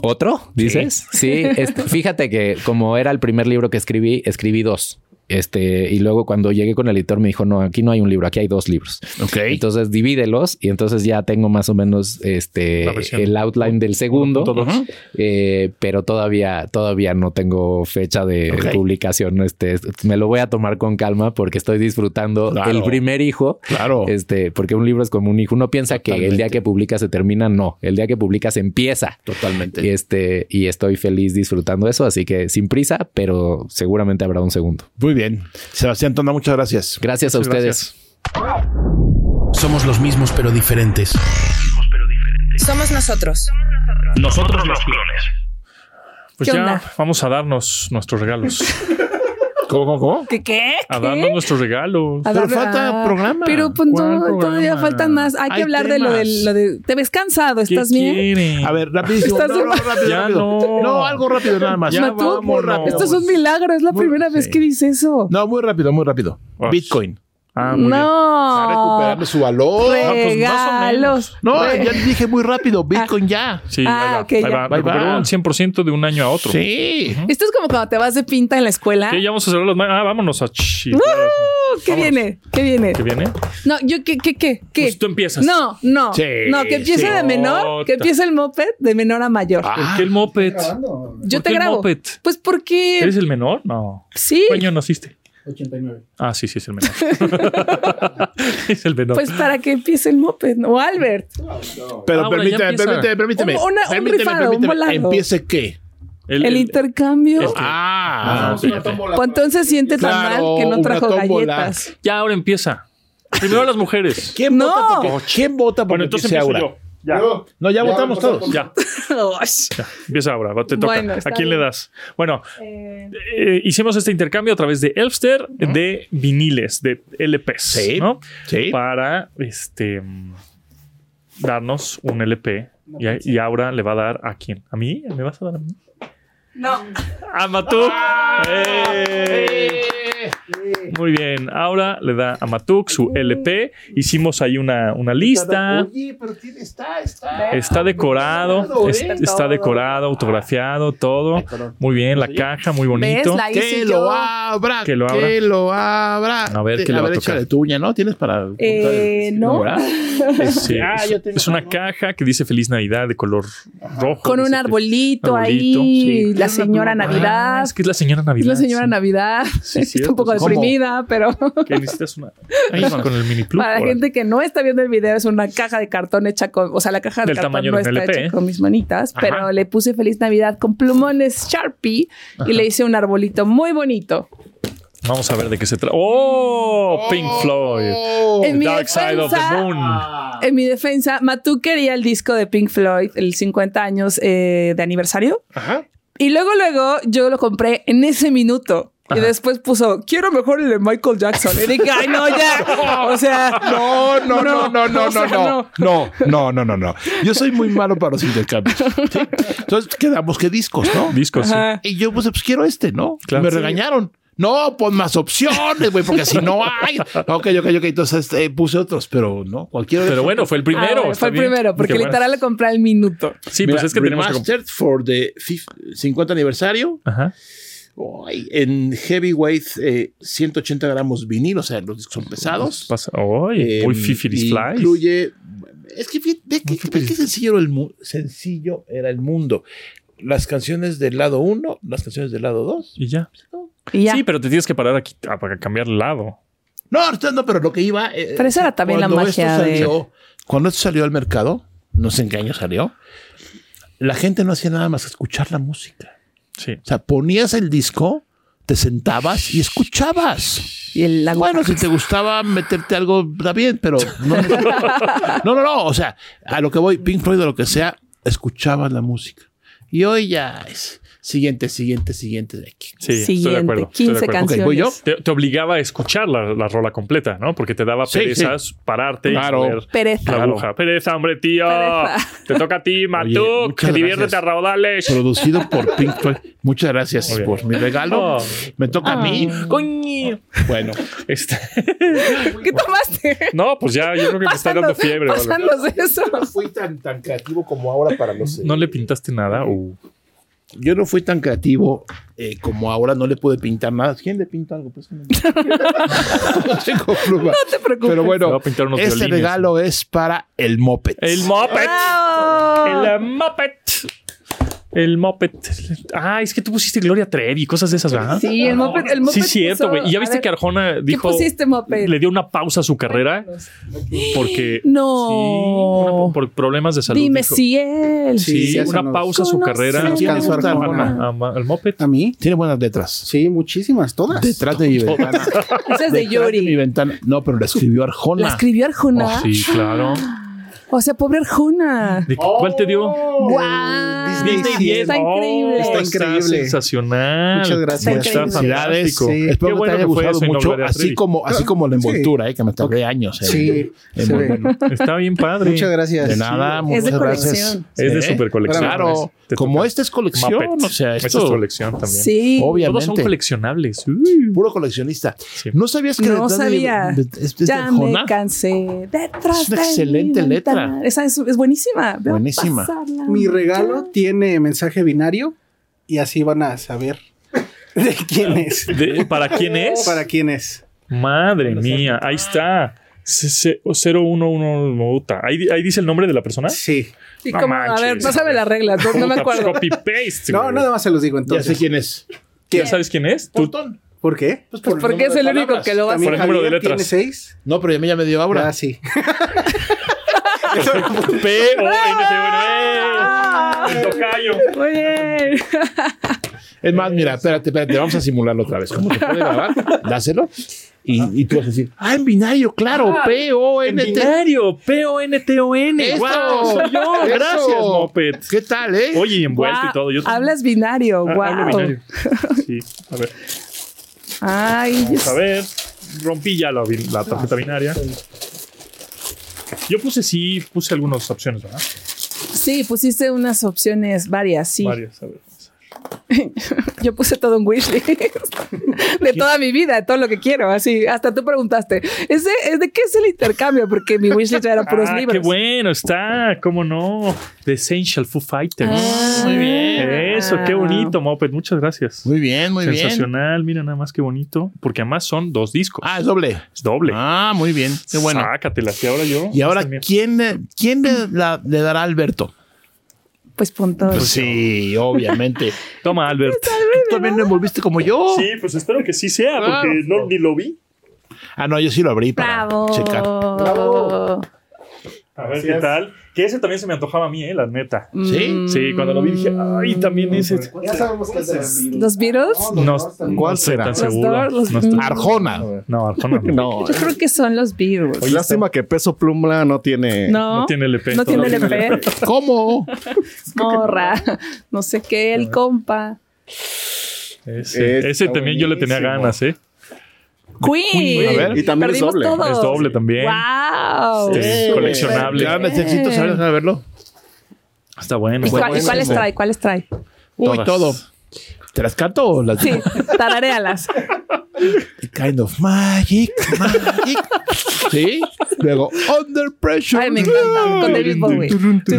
Speaker 9: ¿Otro? ¿Dices? Sí, este, fíjate que como era el primer libro que escribí, escribí dos.
Speaker 11: Este, y luego cuando llegué con el editor me dijo, no, aquí no hay un libro, aquí hay dos libros.
Speaker 6: Ok.
Speaker 11: Entonces divídelos y entonces ya tengo más o menos este,
Speaker 7: La versión.
Speaker 11: el outline del segundo, eh, pero todavía, todavía no tengo fecha de
Speaker 6: Ok.
Speaker 11: publicación. Este, est- me lo voy a tomar con calma porque estoy disfrutando
Speaker 6: Claro.
Speaker 11: el primer hijo.
Speaker 6: Claro.
Speaker 11: Este, porque un libro es como un hijo. Uno piensa que el día
Speaker 6: Totalmente.
Speaker 11: que publica se termina, no. El día que publica se empieza.
Speaker 6: Totalmente.
Speaker 11: Y este, y estoy feliz disfrutando eso, así que sin prisa, pero seguramente habrá un segundo.
Speaker 6: Muy bien. Sebastián Tonda, muchas gracias.
Speaker 11: Gracias a
Speaker 7: Muchas
Speaker 11: ustedes.
Speaker 7: gracias.
Speaker 12: Somos los mismos pero diferentes.
Speaker 2: Somos nosotros.
Speaker 12: Nosotros los clones.
Speaker 7: Pues
Speaker 5: ¿Qué
Speaker 7: ya
Speaker 5: onda?
Speaker 7: vamos a darnos nuestros regalos.
Speaker 6: ¿Cómo, cómo, cómo?
Speaker 5: ¿Qué? ¿Qué?
Speaker 7: A darnos nuestros regalos.
Speaker 5: A
Speaker 6: Pero
Speaker 5: darle-
Speaker 6: falta programa.
Speaker 5: Pero pues, no,
Speaker 7: ¿Cuál
Speaker 5: todavía
Speaker 7: programa?
Speaker 5: faltan más. Hay,
Speaker 6: Hay
Speaker 5: que hablar de lo, del,
Speaker 6: temas.
Speaker 5: lo de. ¿Te ves cansado?
Speaker 7: ¿Qué
Speaker 5: ¿Estás bien?
Speaker 7: quieren?
Speaker 6: A ver, rapidísimo.
Speaker 5: Estás
Speaker 6: no, no,
Speaker 5: de-
Speaker 6: rápido,
Speaker 7: Ya
Speaker 6: rápido.
Speaker 7: no.
Speaker 6: algo rápido nada más.
Speaker 7: Ya
Speaker 6: No,
Speaker 7: vamos,
Speaker 6: muy rápido.
Speaker 5: Esto es un milagro. Es la
Speaker 6: Muy-
Speaker 5: primera vez
Speaker 6: sí.
Speaker 5: que dice eso.
Speaker 6: No, muy rápido, muy rápido.
Speaker 7: Ush.
Speaker 6: Bitcoin.
Speaker 7: Ah, muy bien.
Speaker 6: Está
Speaker 5: No.
Speaker 6: recuperando su valor.
Speaker 7: pues, más o
Speaker 5: Regalos.
Speaker 6: No,
Speaker 5: Re-
Speaker 6: ya le dije muy rápido. Bitcoin ya.
Speaker 7: Sí,
Speaker 5: Ah,
Speaker 7: ahí va,
Speaker 5: ok,
Speaker 7: ahí
Speaker 5: ya.
Speaker 7: va.
Speaker 6: Bye,
Speaker 7: Recuperó
Speaker 6: bye.
Speaker 7: un 100% de un año a otro.
Speaker 6: Sí.
Speaker 5: Esto es como cuando te vas de pinta en la escuela.
Speaker 7: ¿Qué? Ya vamos a cerrar los... ma- Ah, vámonos a Chile.
Speaker 5: Uh, ¿Qué
Speaker 7: Vámonos.
Speaker 5: viene? ¿Qué viene?
Speaker 7: ¿Qué viene?
Speaker 5: No, yo qué, qué, qué, qué.
Speaker 7: Pues tú empiezas.
Speaker 5: No, no.
Speaker 6: Sí,
Speaker 5: no, que empiece
Speaker 6: sí.
Speaker 5: de menor, que
Speaker 7: Ota.
Speaker 5: empiece el moped de menor a mayor.
Speaker 7: ¿Por
Speaker 6: Ah,
Speaker 7: qué el moped?
Speaker 5: yo
Speaker 7: Ah,
Speaker 5: te
Speaker 7: ¿por qué el
Speaker 5: grabo.
Speaker 7: moped?
Speaker 5: Pues porque
Speaker 7: ¿Eres el menor? No.
Speaker 5: sí.
Speaker 7: ¿Qué año naciste? 89. Ah, sí, sí, es el menor. es el menor.
Speaker 5: Pues para que empiece el moped, ¿no? Albert.
Speaker 6: Pero
Speaker 7: Ahora, ya
Speaker 6: permíteme,
Speaker 7: empieza.
Speaker 6: permíteme, permíteme.
Speaker 5: Un- una- un
Speaker 6: permíteme,
Speaker 5: rifado, un volado.
Speaker 6: ¿Empiece qué?
Speaker 5: El, intercambio.
Speaker 7: el-
Speaker 6: Ah,
Speaker 7: sí, ya,
Speaker 5: O Pues entonces siente tan
Speaker 6: Claro,
Speaker 5: mal que no
Speaker 6: una
Speaker 5: trajo
Speaker 6: tómbola.
Speaker 5: galletas.
Speaker 7: ya, ahora empieza. Primero las mujeres.
Speaker 6: ¿Quién
Speaker 5: No.
Speaker 6: vota porque, ¿Quién vota porque
Speaker 7: Bueno, entonces
Speaker 6: empiece
Speaker 7: empiezo
Speaker 6: ahora?
Speaker 7: yo. Ya.
Speaker 6: No, ya, votamos todos.
Speaker 7: Ya, ya. Empieza ahora. va, Te toca.
Speaker 5: Bueno,
Speaker 7: ¿A
Speaker 5: está
Speaker 7: quién le
Speaker 5: bien.
Speaker 7: das? Bueno, eh, hicimos este intercambio a través de Elfster de viniles, de LPs.
Speaker 6: Sí.
Speaker 7: ¿no?
Speaker 6: Sí.
Speaker 7: Para este mm, darnos un LP. Y, a- y ahora le va a dar a quién? ¿A mí? ¿Me vas a dar a mí?
Speaker 5: No. Ah.
Speaker 7: ¡A Matuk! ¡Eh! Muy bien, ahora le da a Matuk su LP. Hicimos ahí una, una lista.
Speaker 6: Oye, pero tiene, está, está. ¿eh?
Speaker 7: Está decorado, es- está decorado, autografiado, todo. Muy bien, la caja, muy bonito.
Speaker 5: ¿Ves? La hice
Speaker 6: Que
Speaker 5: yo.
Speaker 6: lo abra,
Speaker 7: Que lo abra.
Speaker 6: lo abra.
Speaker 7: A ver,
Speaker 6: Te-
Speaker 7: ¿qué le va a tocar?
Speaker 6: échale tú, ya, ¿no? ¿Tienes para...?
Speaker 5: Eh,
Speaker 6: contar?
Speaker 5: no.
Speaker 6: ¿verdad?
Speaker 7: Sí,
Speaker 6: Ah,
Speaker 7: Este, es,
Speaker 6: yo tengo
Speaker 7: es una
Speaker 6: algo.
Speaker 7: caja que dice Feliz Navidad de color rojo.
Speaker 5: Con un
Speaker 7: Dice que-
Speaker 5: arbolito,
Speaker 7: arbolito,
Speaker 5: ahí,
Speaker 7: sí.
Speaker 5: la señora
Speaker 7: Ah,
Speaker 5: Navidad.
Speaker 7: es que es la señora
Speaker 5: Es
Speaker 7: Navidad.
Speaker 5: la señora
Speaker 7: sí.
Speaker 5: Navidad.
Speaker 7: Sí,
Speaker 5: Está
Speaker 7: cierto,
Speaker 5: un poco
Speaker 7: sí. ¿Cómo?
Speaker 5: deprimida, pero
Speaker 7: Que necesitas una. Ahí con el mini plug.
Speaker 5: para la
Speaker 7: órale.
Speaker 5: gente que no está viendo el video, es una caja de cartón hecha con, o sea, la caja de
Speaker 7: Del
Speaker 5: cartón
Speaker 7: tamaño
Speaker 5: no
Speaker 7: de un
Speaker 5: está
Speaker 7: LP,
Speaker 5: hecha
Speaker 7: ¿eh?
Speaker 5: con mis manitas,
Speaker 7: Ajá.
Speaker 5: pero le puse Feliz Navidad con plumones Sharpie y le hice un arbolito muy bonito.
Speaker 7: Vamos a ver de qué se trata. ¡Oh! Pink Floyd.
Speaker 5: en mi
Speaker 7: Oh, Dark Side of the
Speaker 5: defensa-
Speaker 7: Moon.
Speaker 5: En mi defensa, Matú quería el disco de Pink Floyd, el 50 años eh, de aniversario.
Speaker 6: Ajá.
Speaker 5: Y luego, luego, yo lo compré en ese minuto. Y
Speaker 7: Ajá.
Speaker 5: después puso, quiero mejor el de Michael Jackson. Y dije, ay, no, ya. O sea,
Speaker 6: No, no, no, no, no,
Speaker 5: o sea,
Speaker 6: no, no, no, no, no, no, no. Yo soy muy malo para los intercambios. ¿sí? Entonces quedamos que discos, ¿no?
Speaker 7: Discos. sí.
Speaker 5: Ajá.
Speaker 6: Y yo, pues, pues quiero este, ¿no?
Speaker 7: Claro.
Speaker 6: Y me
Speaker 7: Sí.
Speaker 6: regañaron. No, pon más opciones, güey, porque si no hay. Ok, ok, ok. Entonces eh, puse otros, pero no, cualquiera.
Speaker 7: Pero bueno, fue el
Speaker 5: Ah,
Speaker 7: primero.
Speaker 5: bueno,
Speaker 7: está
Speaker 5: fue el
Speaker 7: bien.
Speaker 5: primero, porque
Speaker 7: Qué bueno.
Speaker 5: literal lo compré al minuto.
Speaker 7: Sí, pues es que tenemos que comp-
Speaker 6: Remastered for the fif- 50 aniversario
Speaker 7: Ajá.
Speaker 6: ay, en heavyweight eh, 180 gramos vinil, o sea, los discos son pesados.
Speaker 7: Pasa. Oye,
Speaker 6: Eh,
Speaker 7: muy fifiris flies.
Speaker 6: Incluye. Es que fí- ve que,
Speaker 7: Muy
Speaker 6: ve que sencillo, era el mu- sencillo era el mundo. Las canciones del lado 1, las canciones del lado 2.
Speaker 7: Y ya.
Speaker 5: Y ya.
Speaker 7: Sí, pero te tienes que parar aquí ah, para cambiar el lado.
Speaker 6: No, ahorita no, pero lo que iba. eh,
Speaker 5: Pero esa era también la
Speaker 6: cuando
Speaker 5: magia
Speaker 6: esto
Speaker 5: de-
Speaker 6: salió- Cuando esto salió al mercado, no sé en qué año salió, la gente no hacía nada más que escuchar la música.
Speaker 7: Sí.
Speaker 6: O sea, ponías el disco, te sentabas y escuchabas.
Speaker 5: Y el la-
Speaker 6: Bueno, si te gustaba meterte algo, está bien, pero no, no, no, no. O sea, a lo que voy, Pink Floyd o lo que sea, escuchabas la música. Y hoy ya es siguiente, siguiente, siguiente. de aquí.
Speaker 7: Sí, estoy de
Speaker 5: siguiente,
Speaker 7: acuerdo. estoy de
Speaker 5: 15
Speaker 7: acuerdo.
Speaker 5: canciones.
Speaker 6: Ok, ¿voy yo?
Speaker 7: Te, te obligaba a escuchar la, la rola completa, ¿no? Porque te daba
Speaker 6: Sí,
Speaker 7: perezas pararte
Speaker 6: Claro.
Speaker 7: y ver
Speaker 5: Pereza.
Speaker 7: la aguja. Pereza, hombre, tío.
Speaker 5: Pereza.
Speaker 7: Te toca a ti, Matuk.
Speaker 6: muchas
Speaker 7: Que diviértete
Speaker 6: gracias.
Speaker 7: a raudales.
Speaker 6: Producido por Pink Floyd. Muchas gracias
Speaker 7: Muy bien.
Speaker 6: por mi regalo.
Speaker 7: Oh.
Speaker 6: Me toca a mí.
Speaker 5: Ah.
Speaker 7: Coño.
Speaker 6: Bueno,
Speaker 7: Este-
Speaker 5: ¿Qué tomaste?
Speaker 7: no, pues ya, yo creo que me está dando
Speaker 5: Pásanos-
Speaker 7: fiebre. o algo.
Speaker 5: pásanos eso.
Speaker 6: fui tan, tan creativo como ahora para los. eh,
Speaker 7: ¿No le pintaste nada? Uh.
Speaker 6: Yo no fui tan creativo eh, como ahora, no le pude pintar nada. ¿Quién le pinta algo? Pues, no tengo pluma.
Speaker 5: No te preocupes.
Speaker 6: Pero
Speaker 7: Se va
Speaker 6: bueno,
Speaker 7: a pintar unos
Speaker 6: este
Speaker 7: violines. Eh,
Speaker 6: regalo es para el Moped.
Speaker 7: El Muppet. El Muppet. El Muppet. Ah, es que tú pusiste Gloria Trevi y cosas de esas, ¿verdad?
Speaker 5: Sí, el Muppet. El
Speaker 7: Sí,
Speaker 5: Muppet
Speaker 7: cierto,
Speaker 5: puso-
Speaker 7: güey. Y ya
Speaker 5: a
Speaker 7: viste
Speaker 5: ver,
Speaker 7: que Arjona dijo.
Speaker 5: pusiste, Muppet?
Speaker 7: Le dio una pausa a su carrera porque.
Speaker 5: No.
Speaker 7: Sí, una- por problemas de salud.
Speaker 5: Dime
Speaker 7: dijo.
Speaker 5: si él.
Speaker 7: Sí,
Speaker 5: ya se
Speaker 7: una
Speaker 5: nos-
Speaker 7: pausa a su
Speaker 5: conoce.
Speaker 7: carrera.
Speaker 5: Sí, nos
Speaker 7: Ajá,
Speaker 5: cansó Arjona.
Speaker 7: ama- ¿El Muppet?
Speaker 13: ¿A mí?
Speaker 6: Tiene buenas letras.
Speaker 13: Sí, muchísimas, todas.
Speaker 6: Detrás de mi ventana.
Speaker 5: Esa es de
Speaker 6: Detrás
Speaker 5: Yori.
Speaker 6: mi ventana. No, pero la escribió Arjona.
Speaker 5: ¿La escribió Arjona?
Speaker 6: Oh, sí, claro.
Speaker 5: O sea, pobre Arjona.
Speaker 7: ¿De qué- ¿Cuál te dio?
Speaker 5: ¡Guau!
Speaker 7: Disney 10.
Speaker 5: Está
Speaker 7: Oh,
Speaker 5: increíble.
Speaker 13: Está increíble.
Speaker 7: sensacional.
Speaker 13: Muchas gracias.
Speaker 7: Está
Speaker 13: Increíble.
Speaker 6: Felicidades.
Speaker 7: fantástico.
Speaker 6: Sí. Espero
Speaker 7: Qué
Speaker 6: que
Speaker 7: bueno
Speaker 6: te haya
Speaker 7: que fue
Speaker 6: gustado
Speaker 7: eso y no
Speaker 6: mucho,
Speaker 7: Gloria
Speaker 6: así
Speaker 7: Trevi.
Speaker 6: como, así como la envoltura, eh, que me tardé años. en-
Speaker 13: Sí,
Speaker 6: en
Speaker 13: se ve.
Speaker 6: volverlo.
Speaker 7: Está bien padre.
Speaker 13: Muchas gracias.
Speaker 6: De nada,
Speaker 13: Sí.
Speaker 6: muchas
Speaker 5: de
Speaker 6: gracias.
Speaker 5: colección.
Speaker 7: Es de
Speaker 6: ¿Eh?
Speaker 7: super colección.
Speaker 6: Claro,
Speaker 7: Te
Speaker 6: como
Speaker 7: toca.
Speaker 6: esta es colección,
Speaker 7: Muppet.
Speaker 6: o sea,
Speaker 7: Esta
Speaker 6: esto,
Speaker 7: es colección también.
Speaker 5: Sí.
Speaker 7: Todos
Speaker 6: obviamente,
Speaker 7: son coleccionables.
Speaker 6: puro coleccionista. ¿No sabías que
Speaker 5: No
Speaker 6: detrás de-
Speaker 5: sabía.
Speaker 6: de- es- es de
Speaker 5: ya
Speaker 6: Arjona?
Speaker 5: me cansé. Detrás
Speaker 6: Es una
Speaker 5: de mi
Speaker 6: excelente
Speaker 5: ventana.
Speaker 6: letra.
Speaker 5: Esa es, es buenísima. Veo
Speaker 6: Buenísima.
Speaker 5: pasarla.
Speaker 13: Mi regalo tiene mensaje binario y así van a saber de quién es.
Speaker 7: De- ¿Para quién es?
Speaker 13: Para quién es.
Speaker 7: Madre mía, ahí está. C- C- 011 Mouta. ¿Ahí, di- ahí dice el nombre de la persona.
Speaker 13: Sí.
Speaker 5: Y
Speaker 7: No
Speaker 5: como,
Speaker 7: manches.
Speaker 5: a ver, no sabe las reglas, no, no me
Speaker 7: Puta, pues,
Speaker 5: acuerdo.
Speaker 7: Copy paste.
Speaker 13: No, nada más se los digo
Speaker 6: Ya sé
Speaker 13: entonces.
Speaker 6: quién es.
Speaker 7: ¿Ya sabes quién es? Tú-
Speaker 6: Pontón.
Speaker 13: ¿Por qué?
Speaker 6: Pues
Speaker 5: Pues
Speaker 6: por
Speaker 5: porque es
Speaker 6: número
Speaker 5: el
Speaker 6: de
Speaker 5: único
Speaker 6: palabras.
Speaker 5: que lo va a
Speaker 13: También
Speaker 5: hacer.
Speaker 7: el número de
Speaker 13: Javier
Speaker 7: letras.
Speaker 13: ¿Tiene seis?
Speaker 6: No, pero ya me, ya me dio ahora.
Speaker 13: Ah, sí.
Speaker 7: P O
Speaker 6: eh,
Speaker 7: N T
Speaker 5: Ah,
Speaker 7: O N. ¡Eh! El tocayo.
Speaker 5: Muy bien.
Speaker 6: Es más, mira, espérate, espérate, vamos a simularlo otra vez. Como se puede grabar, dáselo. Y, y tú vas a decir, ah, en binario, claro, P, O,
Speaker 7: Ah, En
Speaker 6: N, T.
Speaker 7: binario, P O N T O N.
Speaker 6: Eso.
Speaker 7: Guau, soy yo.
Speaker 6: Eso.
Speaker 7: Gracias, Mopet.
Speaker 6: ¿Qué tal, eh?
Speaker 7: Oye, y envuelto y
Speaker 5: Guau,
Speaker 7: todo. Yo
Speaker 5: Hablas binario.
Speaker 7: Ah,
Speaker 5: wow.
Speaker 7: hablo binario. Sí, a ver.
Speaker 5: Ay,
Speaker 7: Vamos a ver. Rompí ya la, bin- la tarjeta binaria. Yo puse sí, puse algunas opciones, ¿verdad?
Speaker 5: sí, pusiste unas opciones varias, sí.
Speaker 7: Varias, a ver.
Speaker 5: Yo puse todo un wishlist de toda mi vida, de todo lo que quiero, así. Hasta tú preguntaste, ¿es de, es de qué es el intercambio? Porque mi wishlist era puros
Speaker 7: ah,
Speaker 5: libros.
Speaker 7: qué bueno está, cómo no. The Essential Foo Fighters.
Speaker 5: Ah. Muy bien.
Speaker 7: Eso, qué bonito, Moped. Muchas gracias.
Speaker 6: Muy bien, muy bien.
Speaker 7: Sensacional, mira nada más qué bonito. Porque además son dos discos.
Speaker 6: Ah, es doble.
Speaker 7: es doble.
Speaker 6: Ah, muy bien. Qué bueno.
Speaker 7: Sácatela, que ahora yo.
Speaker 6: Y ahora,
Speaker 7: Esta mía.
Speaker 6: ¿quién, le- quién le, la- le dará a Alberto?
Speaker 5: Pues punto.
Speaker 6: sí, obviamente.
Speaker 7: Toma, Albert.
Speaker 6: ¿Tú también lo envolviste como yo?
Speaker 7: Sí, pues espero que sí sea,
Speaker 6: Claro.
Speaker 7: porque no, ni lo vi.
Speaker 6: Ah, no, yo sí lo abrí para
Speaker 5: Bravo.
Speaker 6: checar.
Speaker 7: A ver qué tal. Que ese también se me antojaba a mí, eh, la neta.
Speaker 6: ¿Sí?
Speaker 5: Mm.
Speaker 7: Sí, cuando lo vi dije, ay, también ese.
Speaker 13: Ya sabemos qué será.
Speaker 5: ¿Los Beatles?
Speaker 7: No,
Speaker 6: ¿Cuál
Speaker 7: no estoy
Speaker 6: será?
Speaker 7: tan
Speaker 6: Los
Speaker 7: seguro.
Speaker 5: dos, los-
Speaker 7: No estoy-
Speaker 6: Arjona.
Speaker 7: No, Arjona no.
Speaker 14: No,
Speaker 5: Yo creo que son los Beatles.
Speaker 14: lástima que Peso Plumla no tiene.
Speaker 5: No,
Speaker 7: no tiene LP.
Speaker 5: No tiene LP.
Speaker 6: ¿Cómo?
Speaker 5: Morra. No sé qué, el compa.
Speaker 7: Ese, ese
Speaker 14: Está
Speaker 7: también yo le tenía
Speaker 14: buenísimo.
Speaker 7: ganas, ¿eh?
Speaker 5: Queen.
Speaker 14: A ver, y también es
Speaker 5: Perdimos
Speaker 14: doble.
Speaker 5: todos.
Speaker 7: Es doble también.
Speaker 5: Wow.
Speaker 7: Este,
Speaker 14: Sí.
Speaker 7: Coleccionable.
Speaker 6: Eh, Ya necesito saber a verlo.
Speaker 7: Está bueno.
Speaker 5: ¿Y, cuál- y cuáles trae? ¿Cuáles trae?
Speaker 6: Uy,
Speaker 7: Todas.
Speaker 6: todo. ¿Te las canto o las
Speaker 5: Sí, tararealas.
Speaker 6: Kind of magic, magic. sí. Luego, Under Pressure.
Speaker 5: Ay, me encanta, con David Bowie.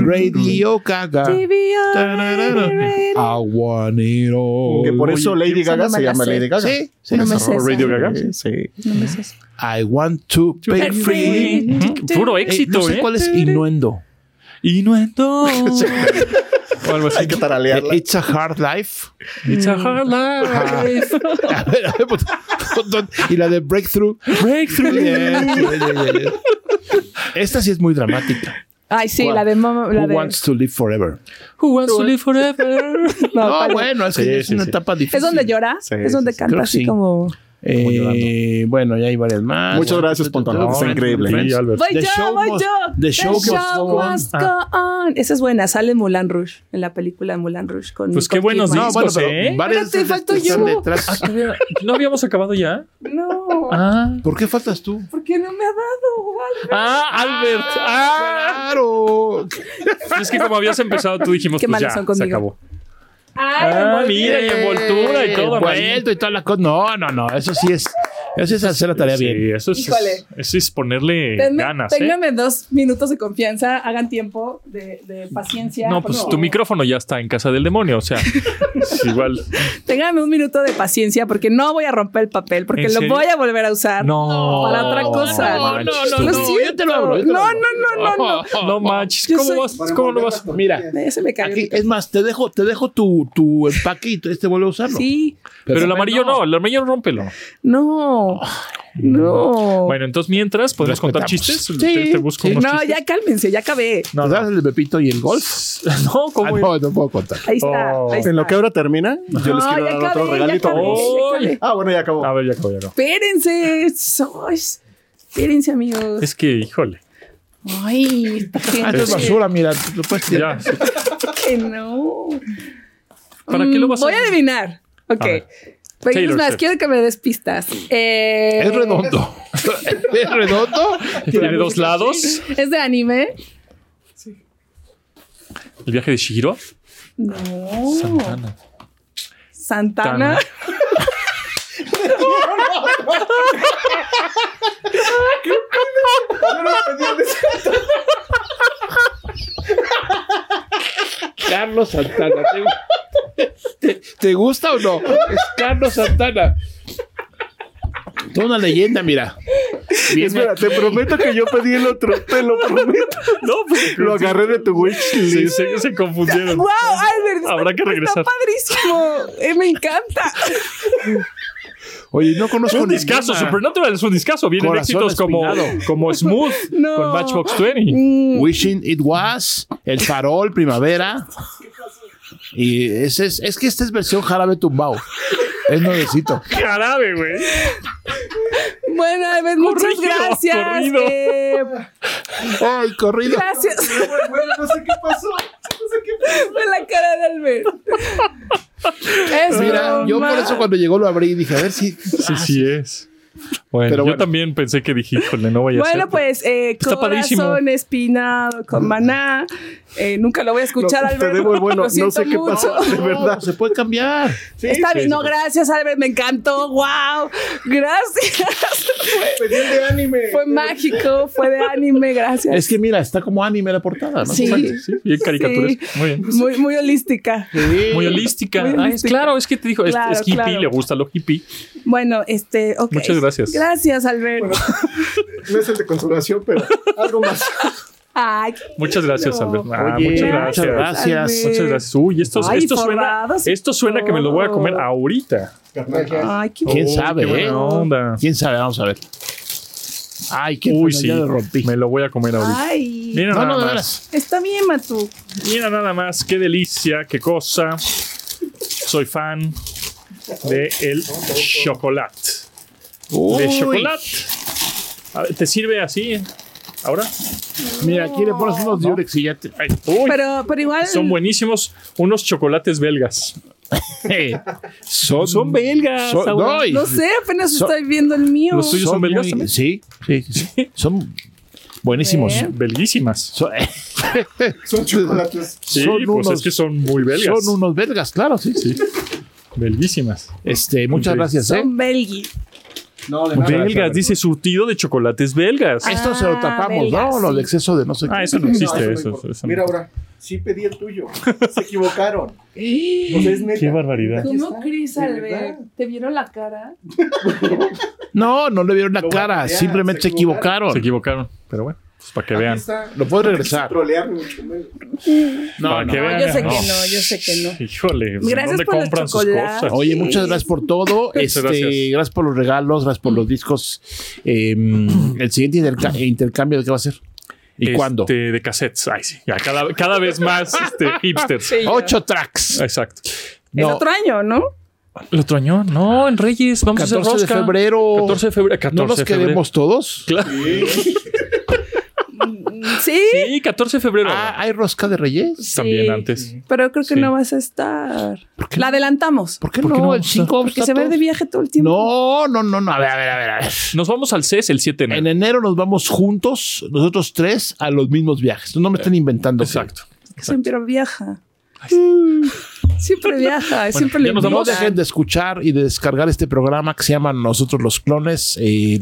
Speaker 6: Radio Gaga.
Speaker 5: Tararara.
Speaker 6: I want it all.
Speaker 14: Que por eso Lady Gaga
Speaker 5: no me
Speaker 14: se
Speaker 5: la
Speaker 14: llama
Speaker 5: sé.
Speaker 14: Lady Gaga.
Speaker 6: Sí, sí.
Speaker 5: No
Speaker 14: ¿Se
Speaker 5: me sé
Speaker 14: llamó Radio
Speaker 5: esa.
Speaker 14: Gaga. Sí.
Speaker 5: No me sé.
Speaker 6: I want to be free.
Speaker 7: Ujú, Puro éxito,
Speaker 6: no sé
Speaker 7: ¿eh?
Speaker 6: cuál es Innuendo.
Speaker 7: Inuendo. o algo así.
Speaker 14: Hay que tararearla.
Speaker 6: It's a hard life.
Speaker 7: It's a hard life.
Speaker 6: A ver, a ver, pues, y la de Breakthrough.
Speaker 7: Breakthrough.
Speaker 6: Yeah, yeah, yeah, yeah. Esta sí es muy dramática.
Speaker 5: Ay, sí, la de Mama. La
Speaker 6: Who
Speaker 5: de...
Speaker 6: wants to live forever?
Speaker 7: Who wants to live forever?
Speaker 5: No,
Speaker 6: No,
Speaker 5: ¿cuál?
Speaker 6: bueno, es que
Speaker 7: Sí,
Speaker 6: es
Speaker 7: sí,
Speaker 6: una
Speaker 7: sí.
Speaker 6: etapa difícil.
Speaker 5: ¿Es donde llora?
Speaker 14: Sí,
Speaker 5: es donde
Speaker 14: sí, sí.
Speaker 5: canta
Speaker 6: Creo que
Speaker 5: así
Speaker 6: sí.
Speaker 5: como.
Speaker 6: Eh, bueno, ya hay varias más.
Speaker 14: Muchas
Speaker 6: Bueno,
Speaker 14: gracias,
Speaker 6: tu, tu,
Speaker 14: Pontón.
Speaker 6: tu,
Speaker 14: Está
Speaker 6: tu,
Speaker 14: increíble.
Speaker 6: tu, tu,
Speaker 7: Sí,
Speaker 6: tu,
Speaker 7: Albert.
Speaker 5: Voy
Speaker 6: The
Speaker 5: yo,
Speaker 6: show
Speaker 5: voy
Speaker 6: must-
Speaker 5: yo.
Speaker 6: the show must go on. Ah.
Speaker 5: must go on. Esa es buena. Sale en Moulin Rouge, en la película de Moulin Rouge. Con
Speaker 7: Pues qué
Speaker 5: con
Speaker 7: buenos
Speaker 5: Kidman.
Speaker 6: No, bueno, pero
Speaker 7: ¿eh?
Speaker 6: varias
Speaker 5: Espérate, falto
Speaker 6: están
Speaker 5: yo.
Speaker 6: detrás.
Speaker 7: ¿No habíamos acabado ya?
Speaker 5: No,
Speaker 7: Ah.
Speaker 6: ¿Por qué faltas tú?
Speaker 5: ¿por qué no me ha dado? Albert?
Speaker 7: Ah, Albert. Ah.
Speaker 6: ¡Claro!
Speaker 7: Es que como habías empezado, tú dijimos,
Speaker 5: Qué
Speaker 7: pues
Speaker 5: malos
Speaker 7: ya,
Speaker 5: son conmigo.
Speaker 7: se acabó.
Speaker 5: Ah,
Speaker 6: Ah,
Speaker 7: mira, y envoltura y todo,
Speaker 6: Envuelto y toda la cosa. No, no, no. Eso sí es. Eso es hacer la tarea bien.
Speaker 7: Eso es,
Speaker 5: Híjole.
Speaker 7: eso es ponerle
Speaker 5: Tenme-
Speaker 7: ganas. ¿eh?
Speaker 5: ténganme dos minutos de confianza, hagan tiempo de, de paciencia.
Speaker 7: No,
Speaker 5: por
Speaker 7: pues
Speaker 5: favor.
Speaker 7: tu micrófono ya está en casa del demonio. O sea, es igual.
Speaker 5: Ténganme un minuto de paciencia porque no voy a romper el papel, porque
Speaker 7: ¿En
Speaker 5: lo
Speaker 7: serio?
Speaker 5: voy a volver a usar
Speaker 7: No.
Speaker 5: para otra cosa.
Speaker 7: No, no, no, no,
Speaker 5: es
Speaker 7: no,
Speaker 5: cierto.
Speaker 6: yo te lo abro, yo te lo
Speaker 5: No,
Speaker 6: abro.
Speaker 5: no, no, no, no.
Speaker 7: No manches,
Speaker 5: Yo
Speaker 7: ¿cómo
Speaker 5: soy-
Speaker 7: vas? ¿Cómo lo vas?
Speaker 6: Mira,
Speaker 5: Ese me cayó.
Speaker 6: aquí, es más, te dejo, te dejo tu, tu empaque y este vuelve a usarlo.
Speaker 5: Sí.
Speaker 7: Pero el amarillo no, el amarillo rómpelo.
Speaker 5: No. No.
Speaker 7: Bueno, entonces mientras podemos contar chistes. Este, Te, te busco unos
Speaker 5: No,
Speaker 7: chistes.
Speaker 5: ya cálmense, ya acabé.
Speaker 6: ¿Te das el de Pepito y el golf? Ah,
Speaker 7: No, ¿cómo
Speaker 6: no, no puedo contar.
Speaker 5: Ahí está.
Speaker 7: Oh.
Speaker 5: ahí está.
Speaker 14: En lo que ahora termina, yo les
Speaker 5: No,
Speaker 14: quiero
Speaker 5: ya
Speaker 14: dar
Speaker 5: acabé,
Speaker 14: otro
Speaker 5: ya
Speaker 14: regalito.
Speaker 5: acabé, ya acabé.
Speaker 14: Ah, bueno, ya acabó.
Speaker 7: A ver, ya acabó, ya acabó.
Speaker 5: Espérense. sois- Espérense, amigos.
Speaker 7: Es que, híjole.
Speaker 5: Ay, esta
Speaker 6: Ah, esto es
Speaker 5: gente.
Speaker 6: basura, mira. Lo puedes tirar.
Speaker 7: Ya, sí.
Speaker 5: que no.
Speaker 7: ¿Para qué lo
Speaker 5: Mm,
Speaker 7: vas a-
Speaker 5: Voy a adivinar. Ok.
Speaker 7: A ver.
Speaker 5: Pero
Speaker 7: Taylor
Speaker 5: es más,
Speaker 7: Swift.
Speaker 5: quiero que me des pistas. Eh,
Speaker 6: Es redondo. es redondo.
Speaker 7: Tiene dos lados.
Speaker 5: ¿Es de anime?
Speaker 7: El viaje de Shihiro.
Speaker 5: No.
Speaker 7: Santana.
Speaker 5: Santana.
Speaker 6: Carlos Santana. ¿Te, te- te gusta o no? Es Carlos Santana. Toda una leyenda, mira. Viene
Speaker 14: Espera,
Speaker 6: aquí.
Speaker 14: te prometo que yo pedí el otro, te lo prometo.
Speaker 7: No, pues.
Speaker 14: Lo agarré de tu wishlist.
Speaker 7: Sí, se, se confundieron.
Speaker 5: ¡Wow, Albert! está-
Speaker 7: Habrá que regresar.
Speaker 5: Está padrísimo. Eh, me encanta.
Speaker 6: Oye, no
Speaker 7: Es
Speaker 6: conozco
Speaker 7: un
Speaker 6: ninguna.
Speaker 7: discazo, Supernatural es un discazo. Vienen
Speaker 6: Corazón
Speaker 7: éxitos como,
Speaker 6: espinado.
Speaker 7: como Smooth
Speaker 5: No.
Speaker 7: con Matchbox 20.
Speaker 5: Mm,
Speaker 6: Wishing It Was, El Farol, Primavera. Y ese es, es que esta es versión jarabe tumbao. Es nuevecito.
Speaker 7: Jarabe, güey.
Speaker 5: bueno, Albert, muchas
Speaker 7: Corrido,
Speaker 5: gracias.
Speaker 7: corrido.
Speaker 5: Eh,
Speaker 6: ¡Ay, corrido!
Speaker 5: gracias.
Speaker 14: no sé qué pasó.
Speaker 5: Ve la cara de Albert. Es
Speaker 6: Mira, yo por
Speaker 5: broma.
Speaker 6: eso cuando llegó lo abrí y dije, a ver si.
Speaker 7: Sí, sí es. Ah, Bueno,
Speaker 6: Pero
Speaker 7: yo
Speaker 6: bueno.
Speaker 7: también pensé que dije, híjole, no vaya a ser.
Speaker 5: Bueno, pues eh,
Speaker 7: Está padrísimo.
Speaker 5: corazón espinado con maná. Eh, nunca lo voy a escuchar,
Speaker 14: No, te
Speaker 5: Albert.
Speaker 14: debo el bueno,
Speaker 5: Lo
Speaker 14: no
Speaker 5: siento
Speaker 14: sé qué
Speaker 5: mucho.
Speaker 14: pasó. De verdad.
Speaker 6: se puede cambiar.
Speaker 5: Está bien, no, gracias, Albert, me encantó. ¡Wow! Gracias. Fue,
Speaker 14: de anime.
Speaker 5: fue mágico, fue de anime, gracias.
Speaker 6: Es que mira, está como anime la portada, ¿no?
Speaker 5: Sí.
Speaker 7: Exacto, sí, bien caricaturesco.
Speaker 5: Sí.
Speaker 7: Muy bien.
Speaker 5: Muy, muy holística.
Speaker 7: Muy holística.
Speaker 5: Muy
Speaker 7: Ah, es
Speaker 5: holística.
Speaker 7: claro, es que te dijo, es-
Speaker 5: Claro,
Speaker 7: es, hippie,
Speaker 5: claro.
Speaker 7: le gusta lo hippie.
Speaker 5: Bueno, este, ok.
Speaker 7: Muchas gracias.
Speaker 5: Gracias, Albert.
Speaker 14: No es el de consolación, pero algo más.
Speaker 5: Ay,
Speaker 7: Muchas gracias,
Speaker 5: No.
Speaker 7: Albert. Ah,
Speaker 6: Oye,
Speaker 7: muchas
Speaker 6: muchas
Speaker 7: gracias.
Speaker 6: gracias.
Speaker 5: Albert.
Speaker 7: Muchas gracias. Uy, esto,
Speaker 5: Ay,
Speaker 7: esto suena,
Speaker 5: forrados y
Speaker 7: esto suena que me lo voy a comer
Speaker 5: todo.
Speaker 7: ahorita.
Speaker 5: ay, qué
Speaker 6: ¿Quién
Speaker 7: Uy,
Speaker 6: sabe,
Speaker 7: Oh, qué buena
Speaker 6: eh?
Speaker 7: onda.
Speaker 6: ¿Quién sabe? Vamos a ver. Ay, qué
Speaker 7: Uy,
Speaker 6: pena,
Speaker 7: sí.
Speaker 6: ya lo rompí.
Speaker 7: Me lo voy a comer ahorita.
Speaker 5: Ay.
Speaker 7: Mira
Speaker 6: No,
Speaker 7: nada
Speaker 6: no, de
Speaker 7: más.
Speaker 6: veras.
Speaker 5: Está bien, Matu.
Speaker 7: Mira nada más. Qué delicia, qué cosa. Soy fan de el chocolate. de
Speaker 6: Uy.
Speaker 7: chocolate. A ver, ¿Te sirve así? eh? ¿Ahora?
Speaker 6: Mira, aquí le pones unos diurex y ya te.
Speaker 7: Ay, uy,
Speaker 5: Pero, pero igual.
Speaker 7: son buenísimos unos chocolates belgas.
Speaker 6: son,
Speaker 7: Son belgas,
Speaker 6: son-
Speaker 7: Saúl.
Speaker 6: no, y-
Speaker 5: No sé, apenas
Speaker 6: So-
Speaker 5: estoy viendo el mío.
Speaker 7: Los suyos son,
Speaker 6: muy-
Speaker 7: belgas también.
Speaker 6: Sí, sí, sí, sí. Son buenísimos. eh,
Speaker 5: ¿Eh?
Speaker 7: Belguísimas.
Speaker 6: Son,
Speaker 14: Son chocolates.
Speaker 7: Sí,
Speaker 6: Son
Speaker 7: pues
Speaker 6: unos-
Speaker 7: es que son Eh, muy belgas.
Speaker 6: son unos belgas, claro, sí, sí.
Speaker 7: Belguísimas.
Speaker 6: Este, muchas
Speaker 7: Sí.
Speaker 6: gracias, ¿eh?
Speaker 5: Son belgi.
Speaker 14: No, de
Speaker 7: Belgas, dice surtido de chocolates belgas.
Speaker 5: Ah,
Speaker 6: Esto se lo tapamos,
Speaker 5: belgas,
Speaker 6: ¿no? Lo
Speaker 5: sí.
Speaker 6: de exceso de no sé qué.
Speaker 7: Ah, eso no
Speaker 14: No,
Speaker 7: existe.
Speaker 14: eso no
Speaker 7: eso-
Speaker 14: importa.
Speaker 7: eso no.
Speaker 14: Mira, ahora, sí pedí el tuyo. Se equivocaron. O sea, es neta.
Speaker 7: Qué barbaridad.
Speaker 14: Aquí
Speaker 5: ¿Cómo
Speaker 14: está,
Speaker 5: crees,
Speaker 14: de
Speaker 5: Albert?
Speaker 14: verdad.
Speaker 5: ¿Te vieron la cara?
Speaker 6: No, no le vieron la
Speaker 14: Lo
Speaker 6: cara,
Speaker 14: batearon,
Speaker 6: simplemente se
Speaker 14: se
Speaker 6: equivocaron.
Speaker 7: Se equivocaron. Pero bueno, pues para que
Speaker 14: Aquí
Speaker 7: vean.
Speaker 14: está.
Speaker 6: Lo puedes regresar.
Speaker 14: Trolear mucho menos.
Speaker 7: Para
Speaker 6: No,
Speaker 7: que
Speaker 6: no.
Speaker 7: vean.
Speaker 5: yo sé que no, yo sé que no.
Speaker 7: Híjole, pues,
Speaker 5: Gracias
Speaker 7: ¿dónde
Speaker 5: por los
Speaker 7: compran sus
Speaker 5: chocolates.
Speaker 7: cosas?
Speaker 6: Oye, muchas gracias por todo. Este,
Speaker 7: Muchas gracias. Mm.
Speaker 6: gracias. por los regalos, gracias por los discos. Eh, el siguiente interca- intercambio de qué va a ser. ¿Y
Speaker 7: Este,
Speaker 6: cuándo?
Speaker 7: De cassettes. Ay, sí. Ya cada, cada vez más este, hipsters.
Speaker 6: Ocho tracks.
Speaker 7: Exacto.
Speaker 5: El
Speaker 6: No,
Speaker 5: otro año, ¿no?
Speaker 7: ¿El otro año? No, en Reyes. Vamos a
Speaker 6: 14
Speaker 7: hacer
Speaker 6: de
Speaker 7: rosca.
Speaker 6: febrero.
Speaker 7: 14 de febrero. 14
Speaker 6: ¿No nos
Speaker 7: de febrero.
Speaker 6: quedemos todos?
Speaker 7: Claro.
Speaker 5: Sí.
Speaker 7: Sí, 14 de febrero.
Speaker 6: Ah, ¿Hay rosca de reyes?
Speaker 7: También
Speaker 5: Sí.
Speaker 7: antes.
Speaker 5: Pero creo que
Speaker 7: Sí.
Speaker 5: no vas a estar. La adelantamos.
Speaker 6: ¿Por qué
Speaker 7: ¿Por
Speaker 6: no?
Speaker 7: qué no?
Speaker 6: El 5
Speaker 5: Porque se va de viaje todo el tiempo.
Speaker 6: No, no, no, no. A ver, a ver, a ver, a ver.
Speaker 7: Nos vamos al CES el 7 de
Speaker 6: En
Speaker 7: enero.
Speaker 6: enero nos vamos juntos, nosotros tres, a los mismos viajes. No me están inventando.
Speaker 7: Exacto.
Speaker 5: Siempre viaja. Mm, Siempre viaja,
Speaker 6: Bueno,
Speaker 5: siempre le
Speaker 6: ya nos vamos. no
Speaker 5: invitan.
Speaker 6: dejen de escuchar y de descargar este programa que se llama Nosotros los Clones eh,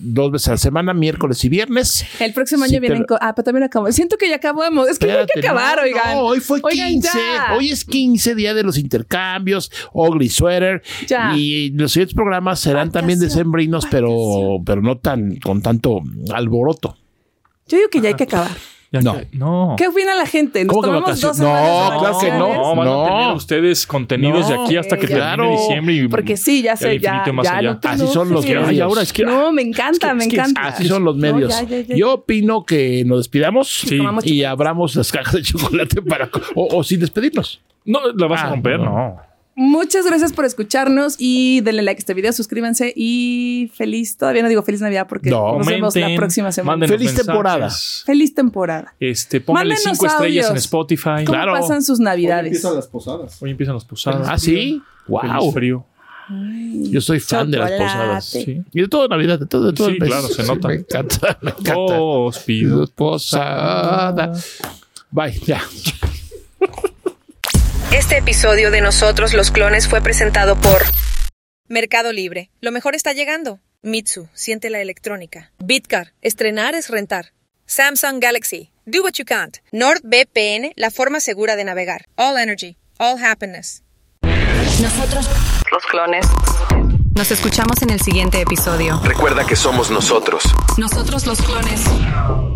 Speaker 6: dos veces a la semana, miércoles y viernes.
Speaker 5: El próximo
Speaker 6: Sí,
Speaker 5: año vienen
Speaker 6: pero-
Speaker 5: con. Ah, pero también acabamos. Siento que ya acabamos. Es que ya hay que
Speaker 6: Espérate,
Speaker 5: acabar,
Speaker 6: no,
Speaker 5: oigan.
Speaker 6: no, hoy fue
Speaker 5: Oigan,
Speaker 6: 15.
Speaker 5: ya.
Speaker 6: Hoy es 15 día de los intercambios, Ugly Sweater.
Speaker 5: Ya.
Speaker 6: Y los siguientes programas serán también decembrinos, pero, pero no tan con tanto alboroto.
Speaker 5: Yo digo que ya hay que acabar.
Speaker 6: no.
Speaker 7: No.
Speaker 5: ¿Qué opina la gente? ¿Nos
Speaker 6: ¿Cómo que
Speaker 5: tomamos dos
Speaker 6: vacaciones?
Speaker 5: semanas de
Speaker 6: No, claro que
Speaker 5: vacaciones?
Speaker 6: no.
Speaker 7: No, van
Speaker 6: No.
Speaker 7: a tener ustedes contenidos de aquí hasta que
Speaker 6: Claro.
Speaker 7: termine diciembre. Y
Speaker 5: Porque sí, ya
Speaker 7: y
Speaker 5: sé,
Speaker 7: al
Speaker 5: ya.
Speaker 7: infinito y más
Speaker 5: ya
Speaker 7: allá.
Speaker 5: no te
Speaker 6: Así son
Speaker 5: enojes.
Speaker 6: los medios. Ay, ahora es que-
Speaker 5: No, me encanta, me encanta.
Speaker 6: Así son los
Speaker 5: No,
Speaker 6: medios.
Speaker 5: ya, ya, ya.
Speaker 6: Yo opino que nos despidamos
Speaker 5: comamos
Speaker 6: y abramos las cajas de chocolate para o, o sin despedirnos.
Speaker 7: No, la
Speaker 5: Ah,
Speaker 7: vas a romper, no.
Speaker 5: Muchas gracias por escucharnos y denle like a este video, suscríbanse y feliz, todavía no digo feliz Navidad porque
Speaker 7: No.
Speaker 5: nos vemos la
Speaker 7: Comenten,
Speaker 5: próxima semana.
Speaker 7: mándenos Feliz mensajes. temporada.
Speaker 5: Feliz temporada.
Speaker 7: Este, pónganle
Speaker 5: Mándenos
Speaker 7: cinco estrellas en
Speaker 5: audios.
Speaker 7: Spotify.
Speaker 5: ¿Cómo pasan sus Navidades?
Speaker 14: posadas.
Speaker 7: Hoy empiezan las posadas.
Speaker 6: Ah, sí.
Speaker 7: Feliz
Speaker 6: Wow.
Speaker 7: frío.
Speaker 6: Yo soy fan de las
Speaker 5: Chocolate.
Speaker 6: posadas. Sí. Y de toda Navidad, de todo, de todo
Speaker 7: Sí,
Speaker 6: el mes.
Speaker 7: claro, se
Speaker 6: Sí,
Speaker 7: nota. Oh.
Speaker 6: Me encanta, me encanta.
Speaker 7: Os pido
Speaker 6: posada. Bye, ya.
Speaker 2: Este episodio de Nosotros los Clones fue presentado por Mercado Libre. Lo mejor está llegando. Mitsu, siente la electrónica. Bitcar, estrenar es rentar. Samsung Galaxy, do what you can't. NordVPN, la forma segura de navegar. All Energy, All Happiness.
Speaker 1: Nosotros, los clones. Nos escuchamos en el siguiente episodio.
Speaker 15: Recuerda que somos nosotros.
Speaker 1: Nosotros los clones.